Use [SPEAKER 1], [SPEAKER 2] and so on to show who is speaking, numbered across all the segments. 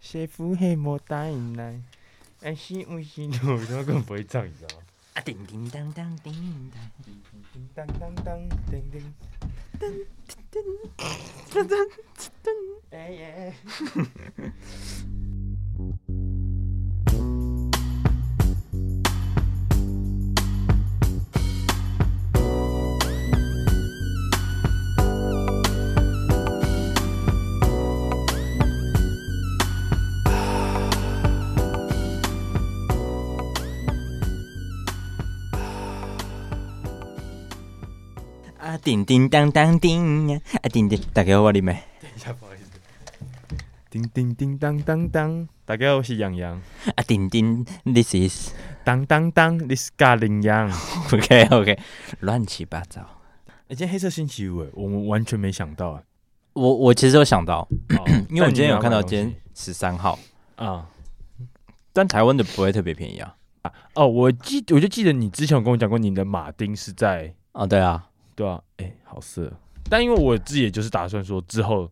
[SPEAKER 1] 谁腹黑莫答应来？爱是无心我他妈根本不会唱，你知道吗？
[SPEAKER 2] 啊，叮叮当当，叮叮当。
[SPEAKER 1] 叮当当当，叮叮。噔噔噔噔噔。哎耶！
[SPEAKER 2] 啊，叮叮当当叮啊，啊叮叮，大家好，我李梅。
[SPEAKER 1] 等一下，不好意思。叮叮叮当当当，大家好，我是杨洋。
[SPEAKER 2] 啊，叮叮，this is
[SPEAKER 1] 当当当，你是咖喱羊。
[SPEAKER 2] OK OK，乱七八糟。
[SPEAKER 1] 哎，今天黑色星期五，哎我们完全没想到， 哦哎，
[SPEAKER 2] 我我其实有想到，因为我
[SPEAKER 1] 但
[SPEAKER 2] 今天
[SPEAKER 1] 你
[SPEAKER 2] 有
[SPEAKER 1] 要
[SPEAKER 2] 看到
[SPEAKER 1] 买东
[SPEAKER 2] 今
[SPEAKER 1] 西
[SPEAKER 2] 天十三号，
[SPEAKER 1] 啊。
[SPEAKER 2] 但台湾的不会特别便宜啊。
[SPEAKER 1] 哦，我记，我就记得你之前有跟我讲过，你的马丁是在
[SPEAKER 2] 哦，对啊，
[SPEAKER 1] 对啊，哎、好色。但因为我自己也就是打算说之后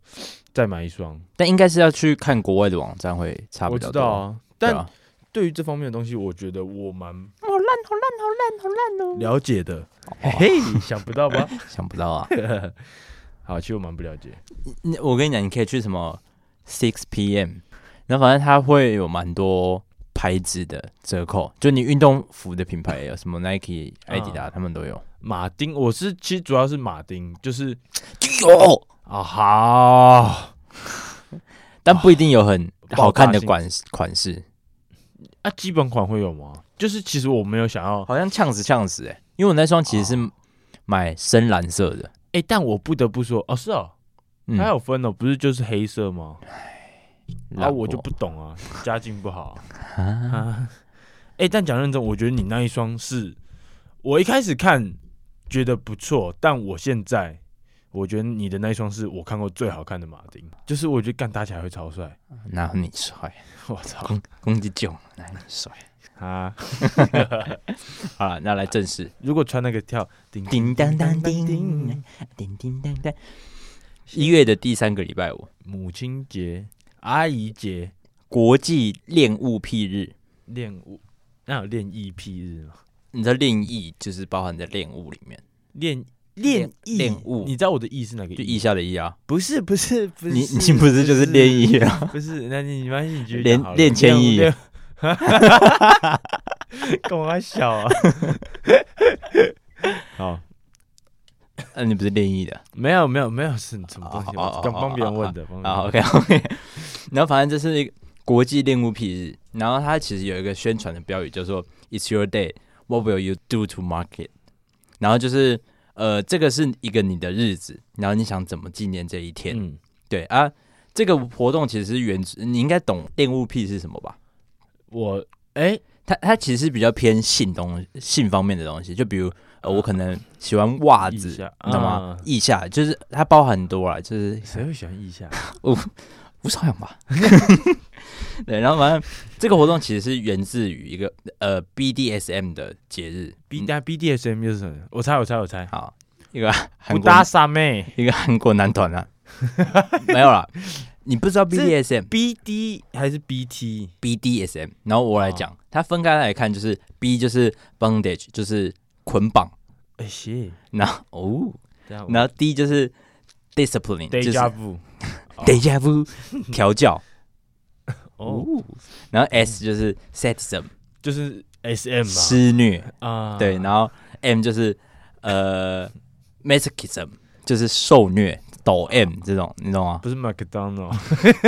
[SPEAKER 1] 再买一双，
[SPEAKER 2] 但应该是要去看国外的网站会差
[SPEAKER 1] 我
[SPEAKER 2] 比较
[SPEAKER 1] 知
[SPEAKER 2] 多。
[SPEAKER 1] 道啊。
[SPEAKER 2] 对
[SPEAKER 1] 但
[SPEAKER 2] 啊，
[SPEAKER 1] 对于这方面的东西，我觉得我蛮好烂、好烂、好烂、好烂哦，了解的。嘿嘿，想不到吧？
[SPEAKER 2] 想不到啊。
[SPEAKER 1] 好，其实我蛮不了解。
[SPEAKER 2] 你我跟你讲，你可以去什么 Six PM，然后反正它会有蛮多牌子的折扣，就你运动服的品牌也有，什么 Nike、
[SPEAKER 1] 嗯
[SPEAKER 2] 艾迪达他们都有。
[SPEAKER 1] 马丁，我是其实主要是马丁，就是
[SPEAKER 2] 有，
[SPEAKER 1] 啊好
[SPEAKER 2] 但不一定有很好看
[SPEAKER 1] 爆炸
[SPEAKER 2] 的
[SPEAKER 1] 性
[SPEAKER 2] 款款式，
[SPEAKER 1] 啊，基本款会有吗？就是其实我没有想要，
[SPEAKER 2] 好像呛死呛死哎、欸！因为我那双其实是买深蓝色的，
[SPEAKER 1] 哎、但我不得不说，哦是哦，
[SPEAKER 2] 嗯，
[SPEAKER 1] 它有分哦，不是就是黑色吗？
[SPEAKER 2] 然
[SPEAKER 1] 啊，
[SPEAKER 2] 后
[SPEAKER 1] 我就不懂啊，家境不好啊。啊哎、但讲认真，我觉得你那一双是，我一开始看觉得不错，但我现在我觉得你的那一双是我看过最好看的马丁，就是我觉得干搭起来会超帅。
[SPEAKER 2] 哪有你帅，
[SPEAKER 1] 我操
[SPEAKER 2] 攻攻击囧，哪有你帅？
[SPEAKER 1] 啊！
[SPEAKER 2] 好了，那来正式，
[SPEAKER 1] 如果穿那个跳叮
[SPEAKER 2] 叮当当叮，叮叮当当。一月的第三个礼拜五，
[SPEAKER 1] 母亲节、阿姨节、
[SPEAKER 2] 国际恋物癖日。
[SPEAKER 1] 练舞，那有练艺癖日吗？
[SPEAKER 2] 你知道恋意就是包含在恋物里面，
[SPEAKER 1] 练
[SPEAKER 2] 练
[SPEAKER 1] 艺
[SPEAKER 2] 练舞
[SPEAKER 1] 你知道我的艺是哪个
[SPEAKER 2] 就
[SPEAKER 1] 艺
[SPEAKER 2] 意？下的意啊。
[SPEAKER 1] 不是不是不是，
[SPEAKER 2] 你你不是就是恋意啊？
[SPEAKER 1] 不是，那你没关系，你继续
[SPEAKER 2] 练
[SPEAKER 1] 讲好了
[SPEAKER 2] 练千亿，
[SPEAKER 1] 练 干嘛笑啊？好，
[SPEAKER 2] 那、啊你不是恋意的？
[SPEAKER 1] 没有没有没有是什么东西，
[SPEAKER 2] 哦哦哦
[SPEAKER 1] 我刚帮别人问的，帮别人
[SPEAKER 2] 啊
[SPEAKER 1] 问
[SPEAKER 2] ，OK OK，然后 反正这是一个国际恋物癖日，然后它其实有一个宣传的标语，叫做 "It's your day, what will you do to mark it？" 然后就是呃，这个是一个你的日子，然后你想怎么纪念这一天？
[SPEAKER 1] 嗯，
[SPEAKER 2] 对啊，这个活动其实是源自你应该懂恋物癖是什么吧？
[SPEAKER 1] 我哎
[SPEAKER 2] 它它其实是比较偏性东性方面的东西，就比如呃，我可能喜欢袜
[SPEAKER 1] 腋
[SPEAKER 2] 子，你知
[SPEAKER 1] 下
[SPEAKER 2] 道吗
[SPEAKER 1] 嗯？
[SPEAKER 2] 腋下就是它包含很多啦，就是
[SPEAKER 1] 谁会喜欢腋下？
[SPEAKER 2] 嗯吴朝阳吧。 对，然后反正这个活动其实是源自于一个呃 BDSM 的节日
[SPEAKER 1] B
[SPEAKER 2] 嗯
[SPEAKER 1] 加 BDSM 又是什么？我猜我猜我猜，
[SPEAKER 2] 好一个
[SPEAKER 1] 不
[SPEAKER 2] 韩国
[SPEAKER 1] 搭傻妹
[SPEAKER 2] 一个韩国男团啊， 没有啦，你不知道
[SPEAKER 1] 这
[SPEAKER 2] BDSM
[SPEAKER 1] ，BD 还是 BT？
[SPEAKER 2] BDSM，然后我来
[SPEAKER 1] 哦
[SPEAKER 2] 讲，它分开来看就是 B 就是 bondage 就是捆绑，
[SPEAKER 1] 哎谢，
[SPEAKER 2] 然后哦，
[SPEAKER 1] 这样
[SPEAKER 2] 然后 D 就是 discipline 就是
[SPEAKER 1] Deja vu，
[SPEAKER 2] deja vu 调教
[SPEAKER 1] 哦，
[SPEAKER 2] 哦，然后 S 就是 sadism
[SPEAKER 1] 就是 SM 嘛，
[SPEAKER 2] 施虐。
[SPEAKER 1] 啊，
[SPEAKER 2] 对，然后 M 就是呃 masochism，就是受虐，抖 M 这种，你懂吗？
[SPEAKER 1] 不是麦当劳，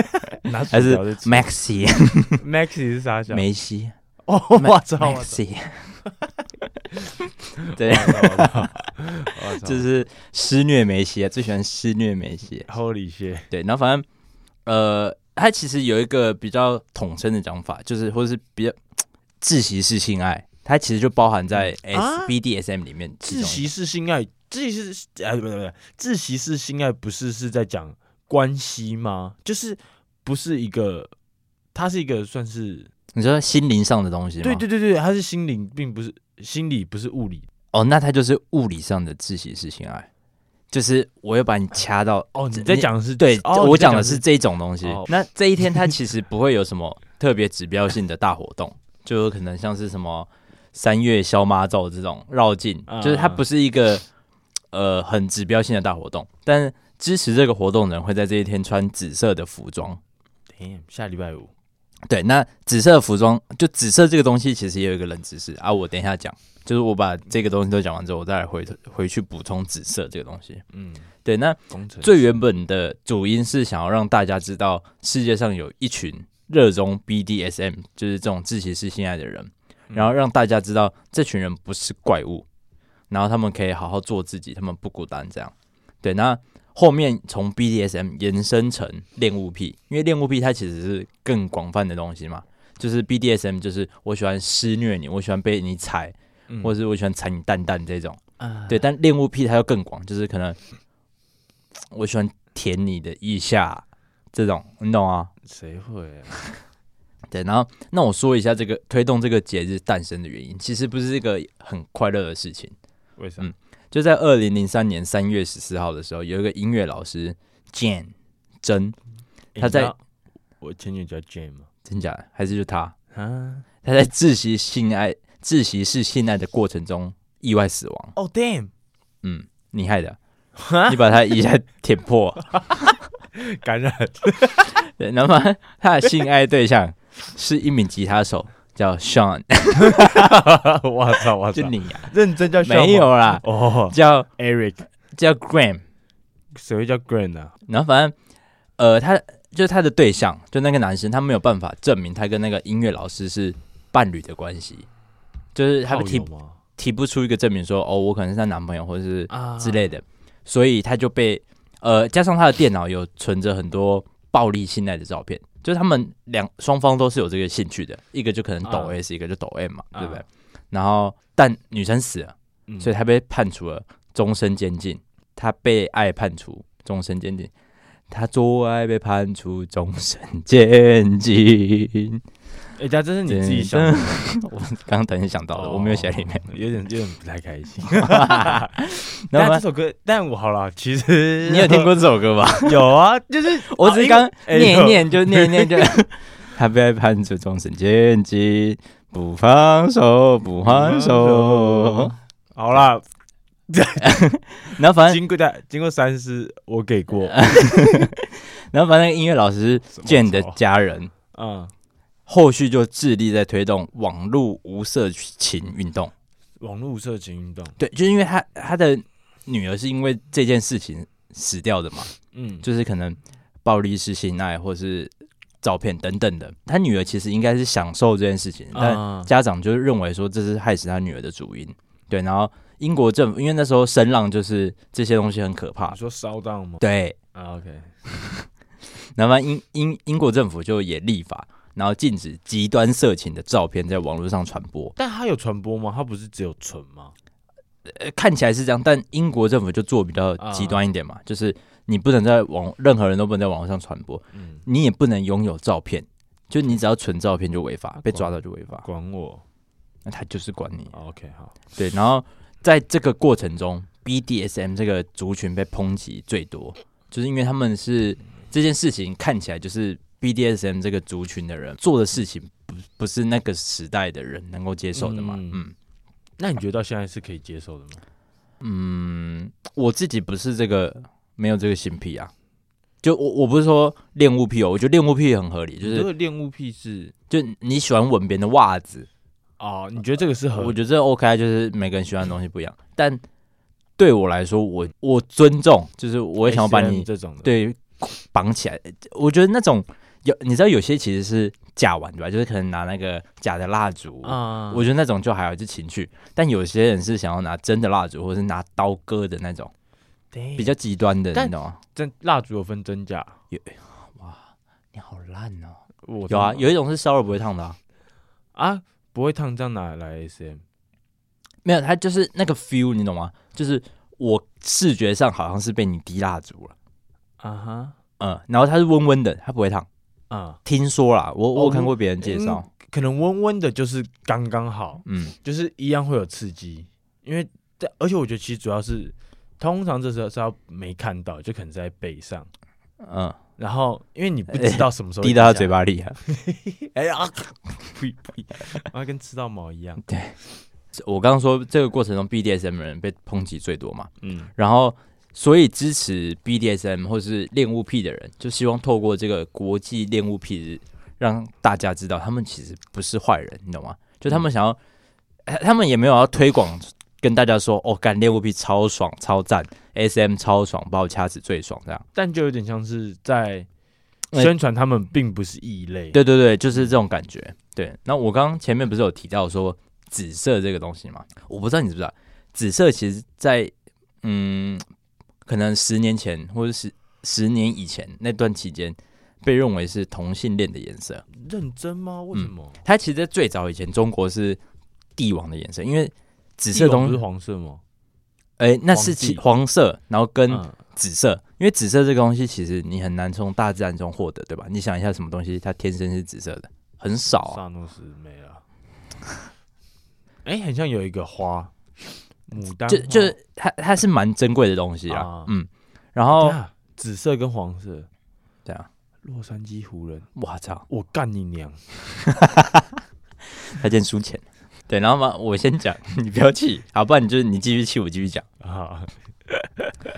[SPEAKER 1] 拿薯
[SPEAKER 2] 还是
[SPEAKER 1] 条在吃
[SPEAKER 2] Maxi
[SPEAKER 1] Maxi 是啥小？
[SPEAKER 2] 梅西
[SPEAKER 1] 哦，
[SPEAKER 2] Ma-
[SPEAKER 1] 我操，我操，
[SPEAKER 2] Maxi，对，
[SPEAKER 1] 我操，我 操，
[SPEAKER 2] 就是施虐梅西啊，最喜欢施虐梅西。啊
[SPEAKER 1] Holy shit！
[SPEAKER 2] 对，然后反正呃，它其实有一个比较统称的讲法，就是或是比较窒息式性爱，它其实就包含在 S、
[SPEAKER 1] 啊
[SPEAKER 2] BDSM 里面其
[SPEAKER 1] 自
[SPEAKER 2] 中。
[SPEAKER 1] 习式性爱，自习式哎，不对不对，自习式性爱不是是在讲关系吗？就是不是一个，它是一个算是
[SPEAKER 2] 你说心灵上的东西吗？
[SPEAKER 1] 对对对对，它是心灵，并不是心理，不是物理。
[SPEAKER 2] 哦，那它就是物理上的窒息式性爱，就是我又把你掐到
[SPEAKER 1] 哦，你在讲的是
[SPEAKER 2] 对，
[SPEAKER 1] 哦
[SPEAKER 2] 我
[SPEAKER 1] 你在
[SPEAKER 2] 讲的
[SPEAKER 1] 的
[SPEAKER 2] 是这种东西。
[SPEAKER 1] 哦
[SPEAKER 2] 那这 一天它其实不会有什么特别指标性的大活动，就有可能像是什么三月消妈咒这种绕境，
[SPEAKER 1] 啊
[SPEAKER 2] 就是它不是一个呃很指标性的大活动，但支持这个活动的人会在这一天穿紫色的服装。
[SPEAKER 1] Damn，下礼拜五
[SPEAKER 2] 对，那紫色的服装就紫色这个东西其实也有一个冷知识啊，我等一下讲，就是我把这个东西都讲完之后，我再来回回去补充紫色这个东西。
[SPEAKER 1] 嗯，
[SPEAKER 2] 对，那
[SPEAKER 1] 工程
[SPEAKER 2] 最原本的主因是想要让大家知道世界上有一群热衷 BDSM，就是这种自习室性爱的人，
[SPEAKER 1] 嗯
[SPEAKER 2] 然后让大家知道这群人不是怪物，然后他们可以好好做自己，他们不孤单。这样，对。那后面从 BDSM 延伸成恋物癖，因为恋物癖它其实是更广泛的东西嘛，就是 BDSM 就是我喜欢施虐你，我喜欢被你踩，
[SPEAKER 1] 嗯
[SPEAKER 2] 或者是我喜欢踩你蛋蛋这种。
[SPEAKER 1] 啊
[SPEAKER 2] 对，但恋物癖它又更广，就是可能我喜欢舔你的腋下这种，你懂啊？
[SPEAKER 1] 谁会啊？
[SPEAKER 2] 对，然后那我说一下这个推动这个节日诞生的原因，其实不是一个很快乐的事情。
[SPEAKER 1] 为什
[SPEAKER 2] 嗯就在二零零三年三月十四号的时候，有一个音乐老师 Jane 真他在
[SPEAKER 1] 我前女友叫 Jane 嘛
[SPEAKER 2] 真假的还是就他，
[SPEAKER 1] 啊？
[SPEAKER 2] 他在自习性爱自习室性爱的过程中意外死亡。
[SPEAKER 1] 哦，damn，
[SPEAKER 2] 嗯，你害的，你把他腋下舔破。
[SPEAKER 1] 感 染
[SPEAKER 2] 对，那么他的性爱对象是一名吉他手， 叫 Sean，
[SPEAKER 1] 我操我
[SPEAKER 2] 就
[SPEAKER 1] 操！
[SPEAKER 2] 你呀、
[SPEAKER 1] 认真叫
[SPEAKER 2] 没有啦，
[SPEAKER 1] 哦
[SPEAKER 2] 叫
[SPEAKER 1] ，Eric，
[SPEAKER 2] 叫 Graham。
[SPEAKER 1] 谁会叫 Grant 啊？
[SPEAKER 2] 然后反正，呃，他就是他的对象，就那个男生，他没有办法证明他跟那个音乐老师是伴侣的关系，就是他
[SPEAKER 1] 炮
[SPEAKER 2] 提
[SPEAKER 1] 友吗？
[SPEAKER 2] 提不出一个证明说，哦，我可能是他男朋友或者是
[SPEAKER 1] 啊
[SPEAKER 2] 之类的，所以他就被呃，加上他的电脑有存着很多暴力性爱的照片，就是他们两双方都是有这个兴趣的，一个就可能抖
[SPEAKER 1] 啊
[SPEAKER 2] S，、一个就抖 M 嘛，
[SPEAKER 1] 啊
[SPEAKER 2] 对不对？然后但女生死了，
[SPEAKER 1] 嗯
[SPEAKER 2] 所以他被判处了终身监禁，他被爱判处终身监禁，他做爱被判处终身监禁。
[SPEAKER 1] 哎，家这是 你自己想的，
[SPEAKER 2] 我刚刚突然想到了，我没有写在里面。
[SPEAKER 1] 哦有点有点不太开 心。
[SPEAKER 2] 然
[SPEAKER 1] 但
[SPEAKER 2] 后
[SPEAKER 1] 这首歌，但我好了，其实
[SPEAKER 2] 你有听过这首歌吧？
[SPEAKER 1] 有啊，就是
[SPEAKER 2] 我只是刚
[SPEAKER 1] 哎
[SPEAKER 2] 念一
[SPEAKER 1] 呦
[SPEAKER 2] 念就念一念就， 他被判处终身监禁，不放手，不还手。
[SPEAKER 1] 好啦，
[SPEAKER 2] 然后反正，
[SPEAKER 1] 经过在经过三思，我给过，
[SPEAKER 2] 然后反正音乐老师 见的家人，
[SPEAKER 1] 嗯，
[SPEAKER 2] 后续就致力在推动网络无色情运动。
[SPEAKER 1] 网络色情运动，
[SPEAKER 2] 对，就是因为他他的女儿是因为这件事情死掉的嘛，
[SPEAKER 1] 嗯，
[SPEAKER 2] 就是可能暴力式性爱或是照片等等的。他女儿其实应该是享受这件事情，但
[SPEAKER 1] 啊
[SPEAKER 2] 家长就认为说这是害死他女儿的主因。对，然后英国政府因为那时候声浪就是这些东西很可怕
[SPEAKER 1] 你，说骚荡吗？
[SPEAKER 2] 对，
[SPEAKER 1] 啊，OK，
[SPEAKER 2] 然后英英英国政府就也立法，然后禁止极端色情的照片在网络上传播。
[SPEAKER 1] 但它有传播吗？它不是只有存吗？
[SPEAKER 2] 呃，看起来是这样，但英国政府就做比较极端一点嘛，就是你不能在网任何人都不能在网络上传播，
[SPEAKER 1] 嗯，
[SPEAKER 2] 你也不能拥有照片，就你只要存照片就违法，被抓到就违法，
[SPEAKER 1] 管我
[SPEAKER 2] 那他就是管你。
[SPEAKER 1] 啊，OK，好，
[SPEAKER 2] 对，然后在这个过程中，BDSM 这个族群被抨击最多，就是因为他们是这件事情看起来就是 BDSM 这个族群的人做的事情不不是那个时代的人能够接受的嘛。嗯
[SPEAKER 1] 嗯那你觉得到现在是可以接受的 吗？
[SPEAKER 2] 嗯，我自己不是这个没有这个性癖啊，就我我不是说恋物癖哦，我觉得恋物癖很合理，就
[SPEAKER 1] 你这
[SPEAKER 2] 是
[SPEAKER 1] 个恋物癖是
[SPEAKER 2] 就你喜欢吻别人的袜子，
[SPEAKER 1] 哦，你觉得这个是合
[SPEAKER 2] 我觉得这 OK，就是啊每个人喜欢的东西不一样，但。对我来说，我我尊重，就是我也想要把
[SPEAKER 1] SM
[SPEAKER 2] 你
[SPEAKER 1] 这种的，
[SPEAKER 2] 对绑起来。我觉得那种有，你知道有些其实是假玩的吧，就是可能拿那个假的蜡烛。
[SPEAKER 1] 啊，
[SPEAKER 2] 我觉得那种就还好，就情趣。但有些人是想要拿真的蜡烛，或者是拿刀割的那种，比
[SPEAKER 1] 比
[SPEAKER 2] 较极端的，
[SPEAKER 1] 但
[SPEAKER 2] 你懂吗？
[SPEAKER 1] 真蜡烛有哎分真假，
[SPEAKER 2] 你好烂哦！
[SPEAKER 1] 我
[SPEAKER 2] 有啊，
[SPEAKER 1] 懂
[SPEAKER 2] 有一种是烧了不会烫的、啊，
[SPEAKER 1] 啊，不会烫这样拿来 SM
[SPEAKER 2] 没有，它就是那个 feel，你懂吗？就是我视觉上好像是被你滴蜡烛了，
[SPEAKER 1] 啊哈
[SPEAKER 2] 嗯，然后它是温温的，它不会烫。
[SPEAKER 1] 啊，
[SPEAKER 2] 听说啦，我我有
[SPEAKER 1] 哦
[SPEAKER 2] 看过别人介
[SPEAKER 1] 嗯
[SPEAKER 2] 绍，
[SPEAKER 1] 可能温温的就是刚刚好，
[SPEAKER 2] 嗯，
[SPEAKER 1] 就是一样会有刺激，因为但而且我觉得其实主要是通常这时候是要没看到，就可能在背上，
[SPEAKER 2] 嗯，
[SPEAKER 1] 然后因为你不知道什 么时候
[SPEAKER 2] 滴到他
[SPEAKER 1] 下
[SPEAKER 2] 嘴巴里啊。
[SPEAKER 1] 哎呀，呸呸，然后跟吃到毛一样。
[SPEAKER 2] 我刚刚说这个过程中 BDSM 人被抨击最多嘛，
[SPEAKER 1] 嗯，
[SPEAKER 2] 然后所以支持 BDSM 或是恋物癖的人，就希望透过这个国际恋物癖日，让大家知道他们其实不是坏人，你懂吗？就他们想要，呃他们也没有要推广跟大家说，哦，干恋物癖超爽超赞，SM 超爽，把我掐死最爽这样。
[SPEAKER 1] 但就有点像是在
[SPEAKER 2] 哎
[SPEAKER 1] 宣传他们并不是异类。
[SPEAKER 2] 对对对，就是这种感觉。对，那我刚刚前面不是有提到说紫色这个东西吗？我不知道你知不知道，紫色其实在嗯，可能十年前或者是十年以前那段期间，被认为是同性恋的颜色。
[SPEAKER 1] 认真吗？为什么？
[SPEAKER 2] 它其实在最早以前中国是帝王的颜色，因为紫
[SPEAKER 1] 紫
[SPEAKER 2] 色
[SPEAKER 1] 不
[SPEAKER 2] 东
[SPEAKER 1] 是黄色吗？
[SPEAKER 2] 哎、那是
[SPEAKER 1] 皇帝
[SPEAKER 2] 其黄色，然后跟
[SPEAKER 1] 嗯
[SPEAKER 2] 紫色，因为紫色这个东西其实你很难从大自然中获得，对吧？你想一下，什么东西它天生是紫色的？很少、啊，
[SPEAKER 1] 萨诺斯没了。哎，很像有一个花，牡丹花。
[SPEAKER 2] 就就是它它是蛮珍贵的东西啊
[SPEAKER 1] 哦啊，
[SPEAKER 2] 嗯，然后
[SPEAKER 1] 啊紫色跟黄色。
[SPEAKER 2] 对啊，
[SPEAKER 1] 洛杉矶湖人，
[SPEAKER 2] 我操，
[SPEAKER 1] 我干你娘！
[SPEAKER 2] 他见输钱，对，然后嘛，我先讲， 你不要气，好，不然你就是你继续气，我继续讲。
[SPEAKER 1] 啊，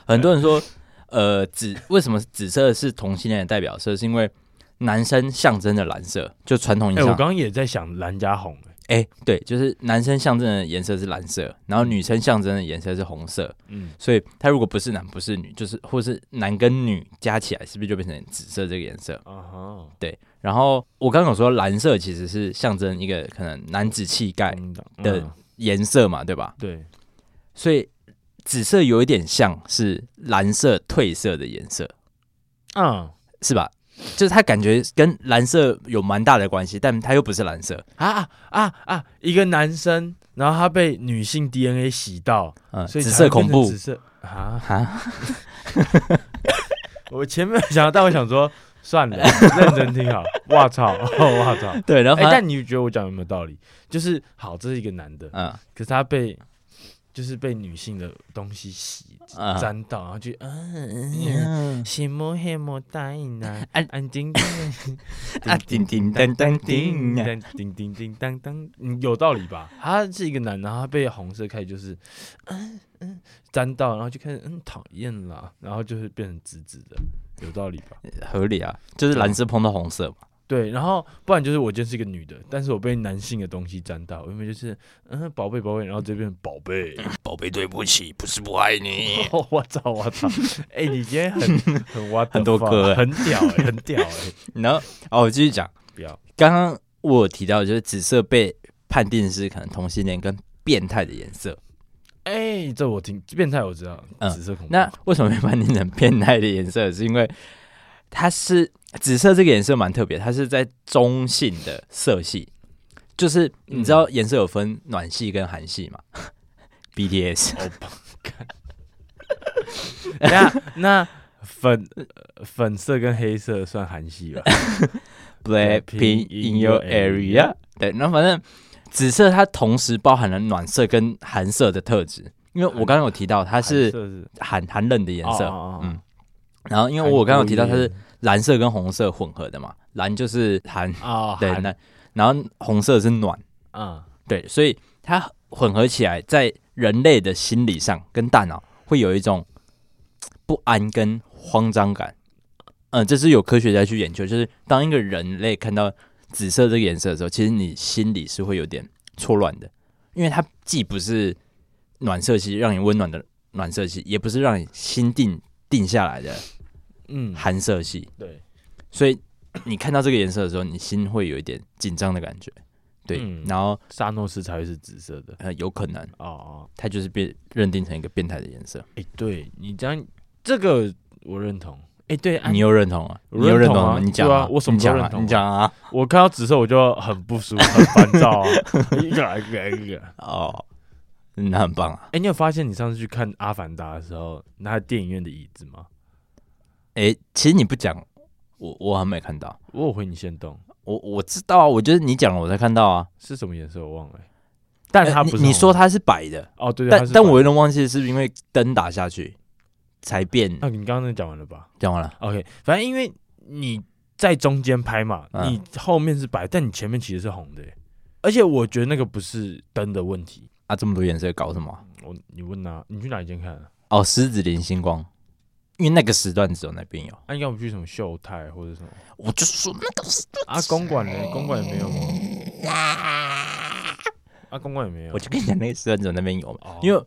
[SPEAKER 2] 很多人说，呃，紫为什么紫色是同性恋的代表色？是因为男生象征着蓝色，就传统意义
[SPEAKER 1] 哎，我
[SPEAKER 2] 上
[SPEAKER 1] 刚，刚也在想蓝加红，哎
[SPEAKER 2] 哎、对，就是男生象征的颜色是蓝色，然后女生象征的颜色是红色，
[SPEAKER 1] 嗯，
[SPEAKER 2] 所以它如果不是男不是女，就是或是男跟女加起来，是不是就变成紫色这个颜色？
[SPEAKER 1] 啊哈，
[SPEAKER 2] 然后我刚刚有说蓝色其实是象征一个可能男子气概
[SPEAKER 1] 嗯
[SPEAKER 2] 的
[SPEAKER 1] 嗯
[SPEAKER 2] 颜色嘛，对吧？
[SPEAKER 1] 对，
[SPEAKER 2] 所以紫色有一点像是蓝色褪色的颜色，
[SPEAKER 1] 嗯
[SPEAKER 2] 是吧？就是它感觉跟蓝色有蛮大的关系，但它又不是蓝色，
[SPEAKER 1] 啊啊啊！一个男生，然后他被女性 DNA 洗到，
[SPEAKER 2] 嗯，
[SPEAKER 1] 所以
[SPEAKER 2] 紫
[SPEAKER 1] 才会变
[SPEAKER 2] 色恐
[SPEAKER 1] 成
[SPEAKER 2] 怖
[SPEAKER 1] 紫色啊！
[SPEAKER 2] 啊，
[SPEAKER 1] 我前面想，但我想说算 了，认真听好。哇操， 哇操！
[SPEAKER 2] 对，然后
[SPEAKER 1] 哎、
[SPEAKER 2] 反正、
[SPEAKER 1] 但你觉得我讲有没有道理？就是好，这是一个男的，
[SPEAKER 2] 嗯
[SPEAKER 1] 可是他被就是被女性的东西洗
[SPEAKER 2] 嗯
[SPEAKER 1] 沾到，然后就嗯。
[SPEAKER 2] 嗯
[SPEAKER 1] 羡慕羡慕答应啊，
[SPEAKER 2] 安
[SPEAKER 1] 安安叮叮
[SPEAKER 2] 啊，叮叮当当叮啊，
[SPEAKER 1] 叮叮叮叮当当，嗯有道理吧？他是一个男的，然后他被红色开始就是，嗯嗯，沾到，然后就开始嗯讨厌啦，然后就是变成紫紫的，有道理吧？
[SPEAKER 2] 合理啊，就是蓝色碰到红色嘛，
[SPEAKER 1] 对，然后不然就是我今天是一个女的，但是我被男性的东西沾到，我原本就是嗯宝贝宝贝，然后这边宝贝，
[SPEAKER 2] 宝贝，对不起，不是不爱你，
[SPEAKER 1] 哦我操我操，哎、你今天 很很挖
[SPEAKER 2] 很多歌欸
[SPEAKER 1] 很屌、欸、很屌哎、
[SPEAKER 2] 然后哦，我继续讲。
[SPEAKER 1] 不要
[SPEAKER 2] 刚刚我有提到，就是紫色被判定是可能同性恋跟变态的颜色。
[SPEAKER 1] 哎、这我听变态我知道，
[SPEAKER 2] 嗯
[SPEAKER 1] 紫色恐怖
[SPEAKER 2] 那为什么被判定成变态的颜色？是因为它是紫色这个颜色蛮特别，它是在中性的色系，就是你知道颜色有分暖系跟韩系 嘛 ？BTS
[SPEAKER 1] 欧巴 看。那那粉呃粉色跟黑色算韩系吧？
[SPEAKER 2] Blackpink
[SPEAKER 1] Blackpink
[SPEAKER 2] in
[SPEAKER 1] in
[SPEAKER 2] your
[SPEAKER 1] your
[SPEAKER 2] area
[SPEAKER 1] area。
[SPEAKER 2] 对，那反正紫色它同时包含了暖色跟寒色的特质，因为我刚刚有提到它
[SPEAKER 1] 它
[SPEAKER 2] 是
[SPEAKER 1] 是
[SPEAKER 2] 寒寒冷的颜色，
[SPEAKER 1] 哦哦哦
[SPEAKER 2] 嗯。然后因为我刚刚有提到它是蓝色跟红色混合的嘛，蓝就是寒，
[SPEAKER 1] 啊，
[SPEAKER 2] 对，
[SPEAKER 1] 韩
[SPEAKER 2] 那然后红色是暖，
[SPEAKER 1] 啊，
[SPEAKER 2] 对，所以它混合起来，在人类的心理上跟大脑会有一种嘖不安跟慌张感。嗯，这是有科学家去研究，就是当一个人类看到紫色这个颜色的时候，其实你心里是会有点错乱的，因为它既不是暖色系让你温暖的暖色系，也不是让你心定定下来的
[SPEAKER 1] 嗯，
[SPEAKER 2] 寒色系，
[SPEAKER 1] 对
[SPEAKER 2] 所以你看到这个颜色的时候，你心会有一点紧张的感觉。对，
[SPEAKER 1] 嗯
[SPEAKER 2] 然后
[SPEAKER 1] 沙诺斯才会是紫色的
[SPEAKER 2] 呃，有可能
[SPEAKER 1] 哦哦，
[SPEAKER 2] 它就是被认定成一个变态的颜色。
[SPEAKER 1] 哎，对你这样这个我认同，哎，对，啊
[SPEAKER 2] 你又认同啊？
[SPEAKER 1] 我
[SPEAKER 2] 你又认
[SPEAKER 1] 认
[SPEAKER 2] 同
[SPEAKER 1] 同
[SPEAKER 2] 吗
[SPEAKER 1] 啊？
[SPEAKER 2] 你讲
[SPEAKER 1] 对啊我什么
[SPEAKER 2] 你讲
[SPEAKER 1] 都
[SPEAKER 2] 啊
[SPEAKER 1] 认？同啊
[SPEAKER 2] 你讲啊？
[SPEAKER 1] 我看到紫色我就很不舒服， 很烦躁啊，一个来一个来一个来。
[SPEAKER 2] 哦，那很棒啊！
[SPEAKER 1] 哎，你有发现你上次去看《阿凡达》的时候，那电影院的椅子吗？
[SPEAKER 2] 诶，其实你不讲，我我还没看到。
[SPEAKER 1] 我有回你先动，
[SPEAKER 2] 我我知道啊，我就是你讲了我才看到啊。
[SPEAKER 1] 是什么颜色我忘了。欸哎但它
[SPEAKER 2] 呃
[SPEAKER 1] 不是
[SPEAKER 2] 你你
[SPEAKER 1] 红
[SPEAKER 2] 说它是白的，
[SPEAKER 1] 哦，对，对它
[SPEAKER 2] 但
[SPEAKER 1] 是
[SPEAKER 2] 但
[SPEAKER 1] 白
[SPEAKER 2] 我有点忘记是不是因为灯打下去才变
[SPEAKER 1] 那、啊你刚刚那讲完了吧
[SPEAKER 2] 讲完了。
[SPEAKER 1] ？OK，反正因为你在中间拍嘛，
[SPEAKER 2] 嗯
[SPEAKER 1] 你后面是白，但你前面其实是红的欸，而且我觉得那个不是灯的问题。
[SPEAKER 2] 啊，这么多颜色搞什么啊？
[SPEAKER 1] 我你问啊，你去哪一间看啊？
[SPEAKER 2] 哦，狮子林星光，因为那个时段只有那边有。
[SPEAKER 1] 啊，应该我们去什么秀泰或者什么
[SPEAKER 2] 我就说那个时段，
[SPEAKER 1] 啊？公馆呢？公馆也没有吗？啊，公馆也没有
[SPEAKER 2] 我。就跟你讲那个时段只有那边有嘛，
[SPEAKER 1] 哦
[SPEAKER 2] 因为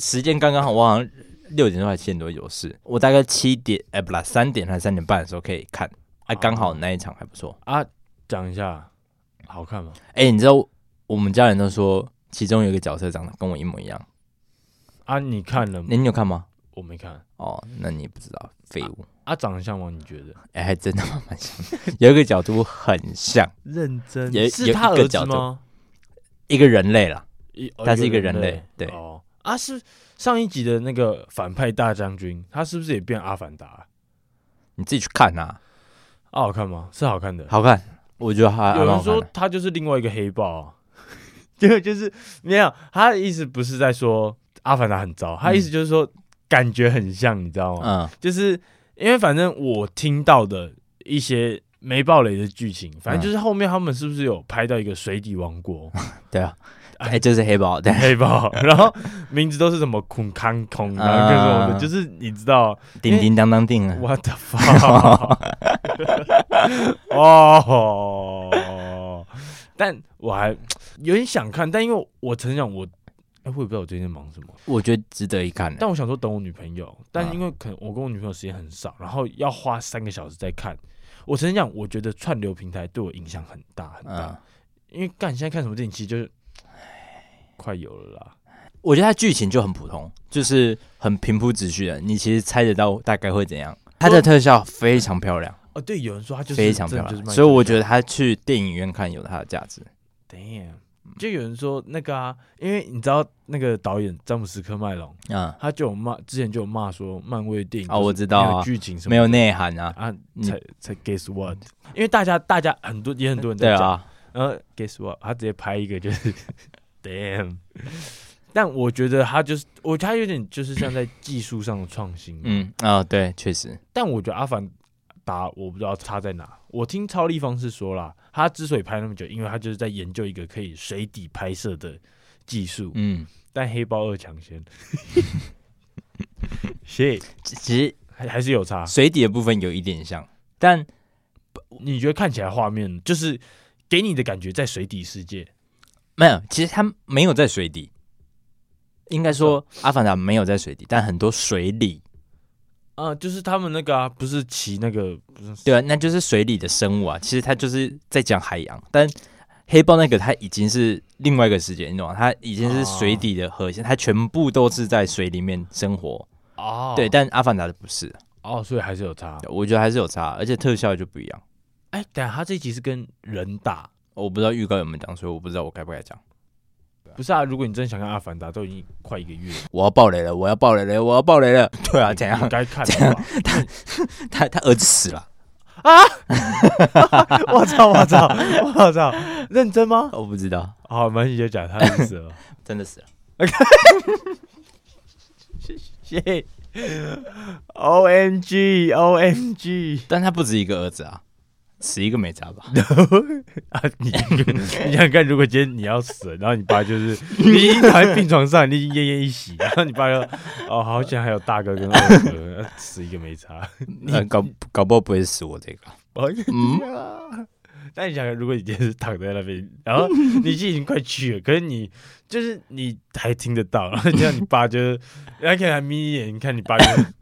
[SPEAKER 2] 时间刚刚好，我好像六点多还七点多有事，我大概七点哎、不啦，三点还是三点半的时候可以看，啊，
[SPEAKER 1] 哦
[SPEAKER 2] 刚好那一场还不错。
[SPEAKER 1] 啊，讲一下，好看吗？
[SPEAKER 2] 哎、你知道我们家人都说其中有一个角色长得跟我一模一样，
[SPEAKER 1] 啊，你看了吗
[SPEAKER 2] 那、？你有看吗？
[SPEAKER 1] 我没看。
[SPEAKER 2] 哦，那你不知道废物，
[SPEAKER 1] 啊，长得像吗？你觉得？
[SPEAKER 2] 哎、还真的蛮像 的，有一个角度很像
[SPEAKER 1] 认真
[SPEAKER 2] 有
[SPEAKER 1] 是
[SPEAKER 2] 有
[SPEAKER 1] 他
[SPEAKER 2] 一
[SPEAKER 1] 儿
[SPEAKER 2] 个
[SPEAKER 1] 子
[SPEAKER 2] 角度
[SPEAKER 1] 吗？
[SPEAKER 2] 一个人类啦，
[SPEAKER 1] 一哦
[SPEAKER 2] 他是一个人
[SPEAKER 1] 人
[SPEAKER 2] 类对
[SPEAKER 1] 哦，啊是上一集的那个反派大将军，他是不是也变阿凡达啊？
[SPEAKER 2] 你自己去看啊，
[SPEAKER 1] 啊好看吗？是好看的。
[SPEAKER 2] 好看，我觉得还还
[SPEAKER 1] 有
[SPEAKER 2] 蛮
[SPEAKER 1] 人
[SPEAKER 2] 好看
[SPEAKER 1] 说
[SPEAKER 2] 的。
[SPEAKER 1] 他就是另外一个黑豹、啊， 就就是没有他的意思不是在说阿凡达很糟，他的意思就是说感觉很像，你知道吗？
[SPEAKER 2] 嗯，
[SPEAKER 1] 就是因为反正我听到的一些没暴雷的剧情，反
[SPEAKER 2] 嗯
[SPEAKER 1] 正就是后面他们是不是有拍到一个水底王国
[SPEAKER 2] 对啊，哎、就是黑豹，对，
[SPEAKER 1] 黑豹，然后名字都是什么孔康孔然后各种的，就是你知道
[SPEAKER 2] 叮叮当当叮啊，
[SPEAKER 1] what the fuck 哦，但我还有点想看，但因为我曾想我。哎，我也不知道我最近在忙什么，
[SPEAKER 2] 我觉得值得一看、欸。
[SPEAKER 1] 但我想说等我女朋友，但因为可能我跟我女朋友时间很少，然后要花三个小时在看。我承认讲，我觉得串流平台对我影响很大很大，
[SPEAKER 2] 嗯，
[SPEAKER 1] 因为干现在看什么电影其实就是，快有了啦。
[SPEAKER 2] 我觉得它剧情就很普通，就是很平铺直叙的，你其实猜得到大概会怎样。它的特效非常漂亮，
[SPEAKER 1] 哦，对，有人说他就是
[SPEAKER 2] 非常漂
[SPEAKER 1] 真的就是
[SPEAKER 2] 亮，
[SPEAKER 1] 卖
[SPEAKER 2] 所以我觉
[SPEAKER 1] 得
[SPEAKER 2] 得它去电影院看有它的价值。
[SPEAKER 1] ，damn，就有人说那个啊，因为你知道那个导演詹姆斯科麦隆，
[SPEAKER 2] 嗯，
[SPEAKER 1] 他就有骂之前就有骂说漫威电影
[SPEAKER 2] 啊
[SPEAKER 1] 就是
[SPEAKER 2] 我知道啊
[SPEAKER 1] 没有剧情什么
[SPEAKER 2] 没有内涵啊，
[SPEAKER 1] 啊，
[SPEAKER 2] 你
[SPEAKER 1] 才才 guess what？因为大家大家很多也很多人
[SPEAKER 2] 对
[SPEAKER 1] 在讲。
[SPEAKER 2] 啊，
[SPEAKER 1] 然后 guess what？他直接拍一个就是 damn，但我觉得他就是我他有点就是像在技术上的创新，嗯，
[SPEAKER 2] 嗯啊、对，确实，
[SPEAKER 1] 但我觉得阿凡达我不知道差在哪。我听超立方是说啦，他之所以拍那么久，因为他就是在研究一个可以水底拍摄的技术，
[SPEAKER 2] 嗯，
[SPEAKER 1] 但黑豹二抢 先，shit
[SPEAKER 2] 其其实
[SPEAKER 1] 还还是有差。
[SPEAKER 2] 水底的部分有一点像，但
[SPEAKER 1] 你觉得看起来画面就是给你的感觉在水底世界
[SPEAKER 2] 没有，其实它没有在水底，应该说《阿凡达》没有在水底，但很多水里，
[SPEAKER 1] 啊、就是他们那个啊，不是骑那个不是
[SPEAKER 2] 对啊，那就是水里的生物啊。其实它就是在讲海洋，啊但黑豹那个它已经是另外一个世界，你懂吗？它已经是水底的核心，它全部都是在水里面生活。
[SPEAKER 1] 哦
[SPEAKER 2] 对，但《阿凡达》的不是，
[SPEAKER 1] 哦，所以还是有差。
[SPEAKER 2] 我觉得还是有差，而且特效就不一样。
[SPEAKER 1] 哎，等下他这一集是跟人打，
[SPEAKER 2] 我不知道预告有没有讲，所以我不知道我该不该讲。
[SPEAKER 1] 不是啊？如果你真的想看《阿凡达》，都已经快一个月了，
[SPEAKER 2] 我要爆雷了！我要爆雷了！我要爆雷了！对啊，怎样
[SPEAKER 1] 你？该看了吧？
[SPEAKER 2] 他他儿子死了，
[SPEAKER 1] 我操！我操！我操！认真吗？
[SPEAKER 2] 我不知道，
[SPEAKER 1] 好，蛮姐讲他死了。
[SPEAKER 2] 真的死了。
[SPEAKER 1] 谢 O M G O M G
[SPEAKER 2] 但他不止一个儿子啊，死一个没差吧？
[SPEAKER 1] 啊！你你想看，如果今天你要死了，然后你爸就是 你已经躺在病床上，你已经奄奄一息，然后你爸就哦，好险还有大哥跟二哥，啊死一个没差。
[SPEAKER 2] 呃、搞搞不好不会死我这个。
[SPEAKER 1] 嗯， 但你想，如果你今天是躺在那边，然后你已经快去了，可是你就是你还听得到，然后叫你爸就是，然后看还眯一眼，你看你 爸就是、啊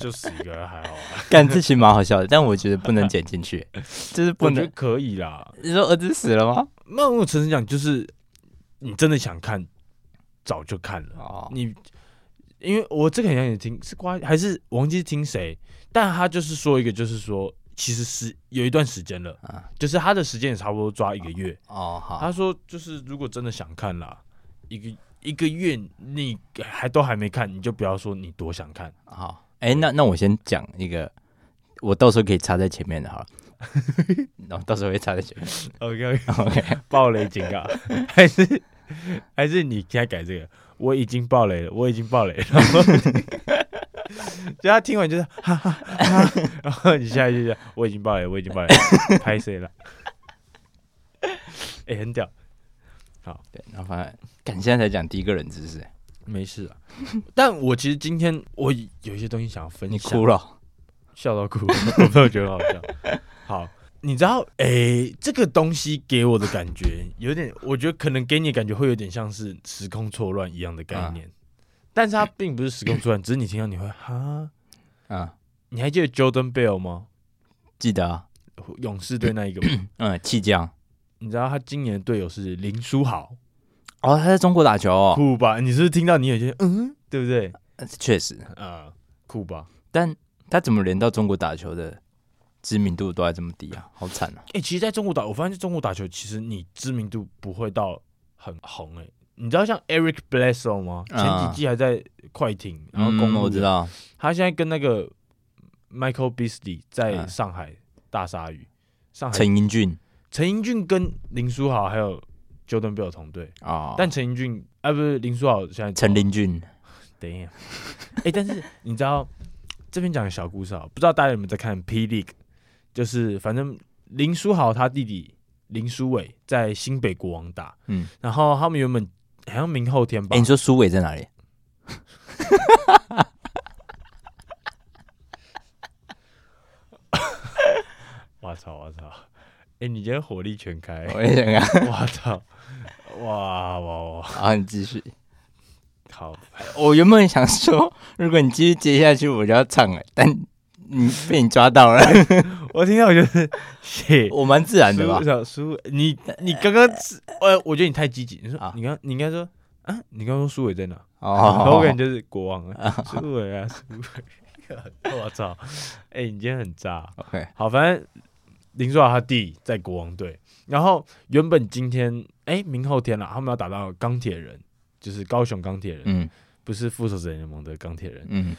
[SPEAKER 1] 就死一个还好啊，
[SPEAKER 2] 干这期蛮好笑的，但我觉得不能剪进去， 就是不
[SPEAKER 1] 我觉得
[SPEAKER 2] 能。
[SPEAKER 1] 可以啦。
[SPEAKER 2] 你说儿子死了吗？
[SPEAKER 1] 那我诚实讲，就是你真的想看，早就看了。
[SPEAKER 2] 哦，
[SPEAKER 1] 你因为我这个很像也听是瓜还是我忘记是听谁，但他就是说一个，就是说其实是有一段时间了，
[SPEAKER 2] 啊
[SPEAKER 1] 就是他的时间也差不多抓一个月。
[SPEAKER 2] 哦好，
[SPEAKER 1] 他说就是如果真的想看啦，一个一个月你还都还没看，你就不要说你多想看。
[SPEAKER 2] 好，哎、那那我先讲一个，我到时候可以插在前面的，好 了。然后到时候会插在前面。
[SPEAKER 1] OK，
[SPEAKER 2] OK，
[SPEAKER 1] 暴雷警告，还是还是你现在改这个？我已经爆雷了，我已经爆雷了。 然后就他听完就是哈哈哈， 然后你下一句就是我已经爆雷了，我已经爆雷了，拍谁了？哎、很屌，
[SPEAKER 2] 对，然后反正感现在才讲第一个人知识，
[SPEAKER 1] 没事啊。但我其实今天我有一些东西想要分享，
[SPEAKER 2] 你哭了，
[SPEAKER 1] 笑到哭， 我朋友觉得好笑。好，你知道，诶、这个东西给我的感觉有点，我觉得可能给你的感觉会有点像是时空错乱一样的概念，但是它并不是时空错乱，只是你听到你会哈。
[SPEAKER 2] 嗯，
[SPEAKER 1] 你还记得 Jordan Bell 吗？
[SPEAKER 2] 记得啊，
[SPEAKER 1] 勇士队那一个嘛，
[SPEAKER 2] 嗯，弃将。
[SPEAKER 1] 你知道他今年的队友是林书豪，
[SPEAKER 2] 哦，他在中国打球哦，
[SPEAKER 1] 酷吧？你是不是听到你有些嗯，对不对？
[SPEAKER 2] 呃确实，
[SPEAKER 1] 啊、酷吧？
[SPEAKER 2] 但他怎么连到中国打球的知名度都还这么低啊？好惨啊！
[SPEAKER 1] 哎、其实在中国打，我发现中国打球，其实你知名度不会到很红哎、你知道像 Eric Bledsoe 吗？前
[SPEAKER 2] 嗯
[SPEAKER 1] 几季还在快艇，然后公
[SPEAKER 2] 嗯
[SPEAKER 1] 路
[SPEAKER 2] 我
[SPEAKER 1] 的
[SPEAKER 2] 知，道，
[SPEAKER 1] 他现在跟那个 Michael Beasley 在
[SPEAKER 2] 嗯
[SPEAKER 1] 上海大鲨鱼，上海
[SPEAKER 2] 陈英俊
[SPEAKER 1] 陈英俊跟林书豪还有 Jordan Bell 同队，
[SPEAKER 2] 哦，
[SPEAKER 1] 但陈英俊啊不是林书豪现在
[SPEAKER 2] 陈林俊，
[SPEAKER 1] 等 一下，哎、但是你知道这边讲个小故事啊，不知道大家有没有在看 P League？就是反正林书豪他弟弟林书伟在新北国王打，
[SPEAKER 2] 嗯，
[SPEAKER 1] 然后他们原本好像明后天吧，
[SPEAKER 2] 哎，你说苏伟在哪里？
[SPEAKER 1] 我操我操，哎、你今天火力全开，
[SPEAKER 2] 我也想 看
[SPEAKER 1] 我操，哇哇哇，
[SPEAKER 2] 啊，你继续。
[SPEAKER 1] 好，
[SPEAKER 2] 我原本想说， 如果你继续接下去，我就要唱了，但你被你抓到了，
[SPEAKER 1] 我听到我就是谢。
[SPEAKER 2] 我蛮自然的吧
[SPEAKER 1] 输？小苏，你你刚刚是呃，我觉得你太积极。你说
[SPEAKER 2] 啊
[SPEAKER 1] 你刚你应该说啊，你刚刚说苏伟在哪？然后
[SPEAKER 2] 哦
[SPEAKER 1] 我，感觉就是国王啊，苏伟啊，苏伟， 我操！ 哎、你今天很渣。
[SPEAKER 2] 哦 OK，
[SPEAKER 1] 好，反正林书豪他弟在国王队，然后原本今天哎、明后天啦，他们要打到钢铁人，就是高雄钢铁人，
[SPEAKER 2] 嗯
[SPEAKER 1] 不是复仇者联盟的钢铁人。
[SPEAKER 2] 嗯，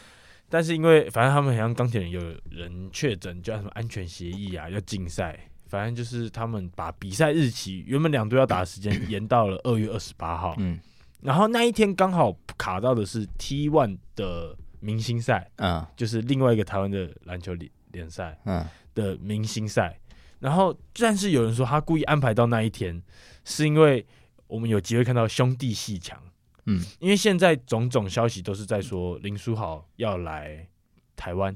[SPEAKER 1] 但是因为反正他们好像钢铁人有人确诊，叫什么安全协议啊，要禁赛。反正就是他们把比赛日期原本两队要打的时间延到了二月二十八号，
[SPEAKER 2] 嗯
[SPEAKER 1] 然后那一天刚好卡到的是 T One 的明星赛，
[SPEAKER 2] 嗯
[SPEAKER 1] 就是另外一个台湾的篮球联联赛
[SPEAKER 2] 嗯，
[SPEAKER 1] 的明星赛。然后，但是有人说他故意安排到那一天，是因为我们有机会看到兄弟戏强。
[SPEAKER 2] 嗯，
[SPEAKER 1] 因为现在种种消息都是在说林书豪要来台湾。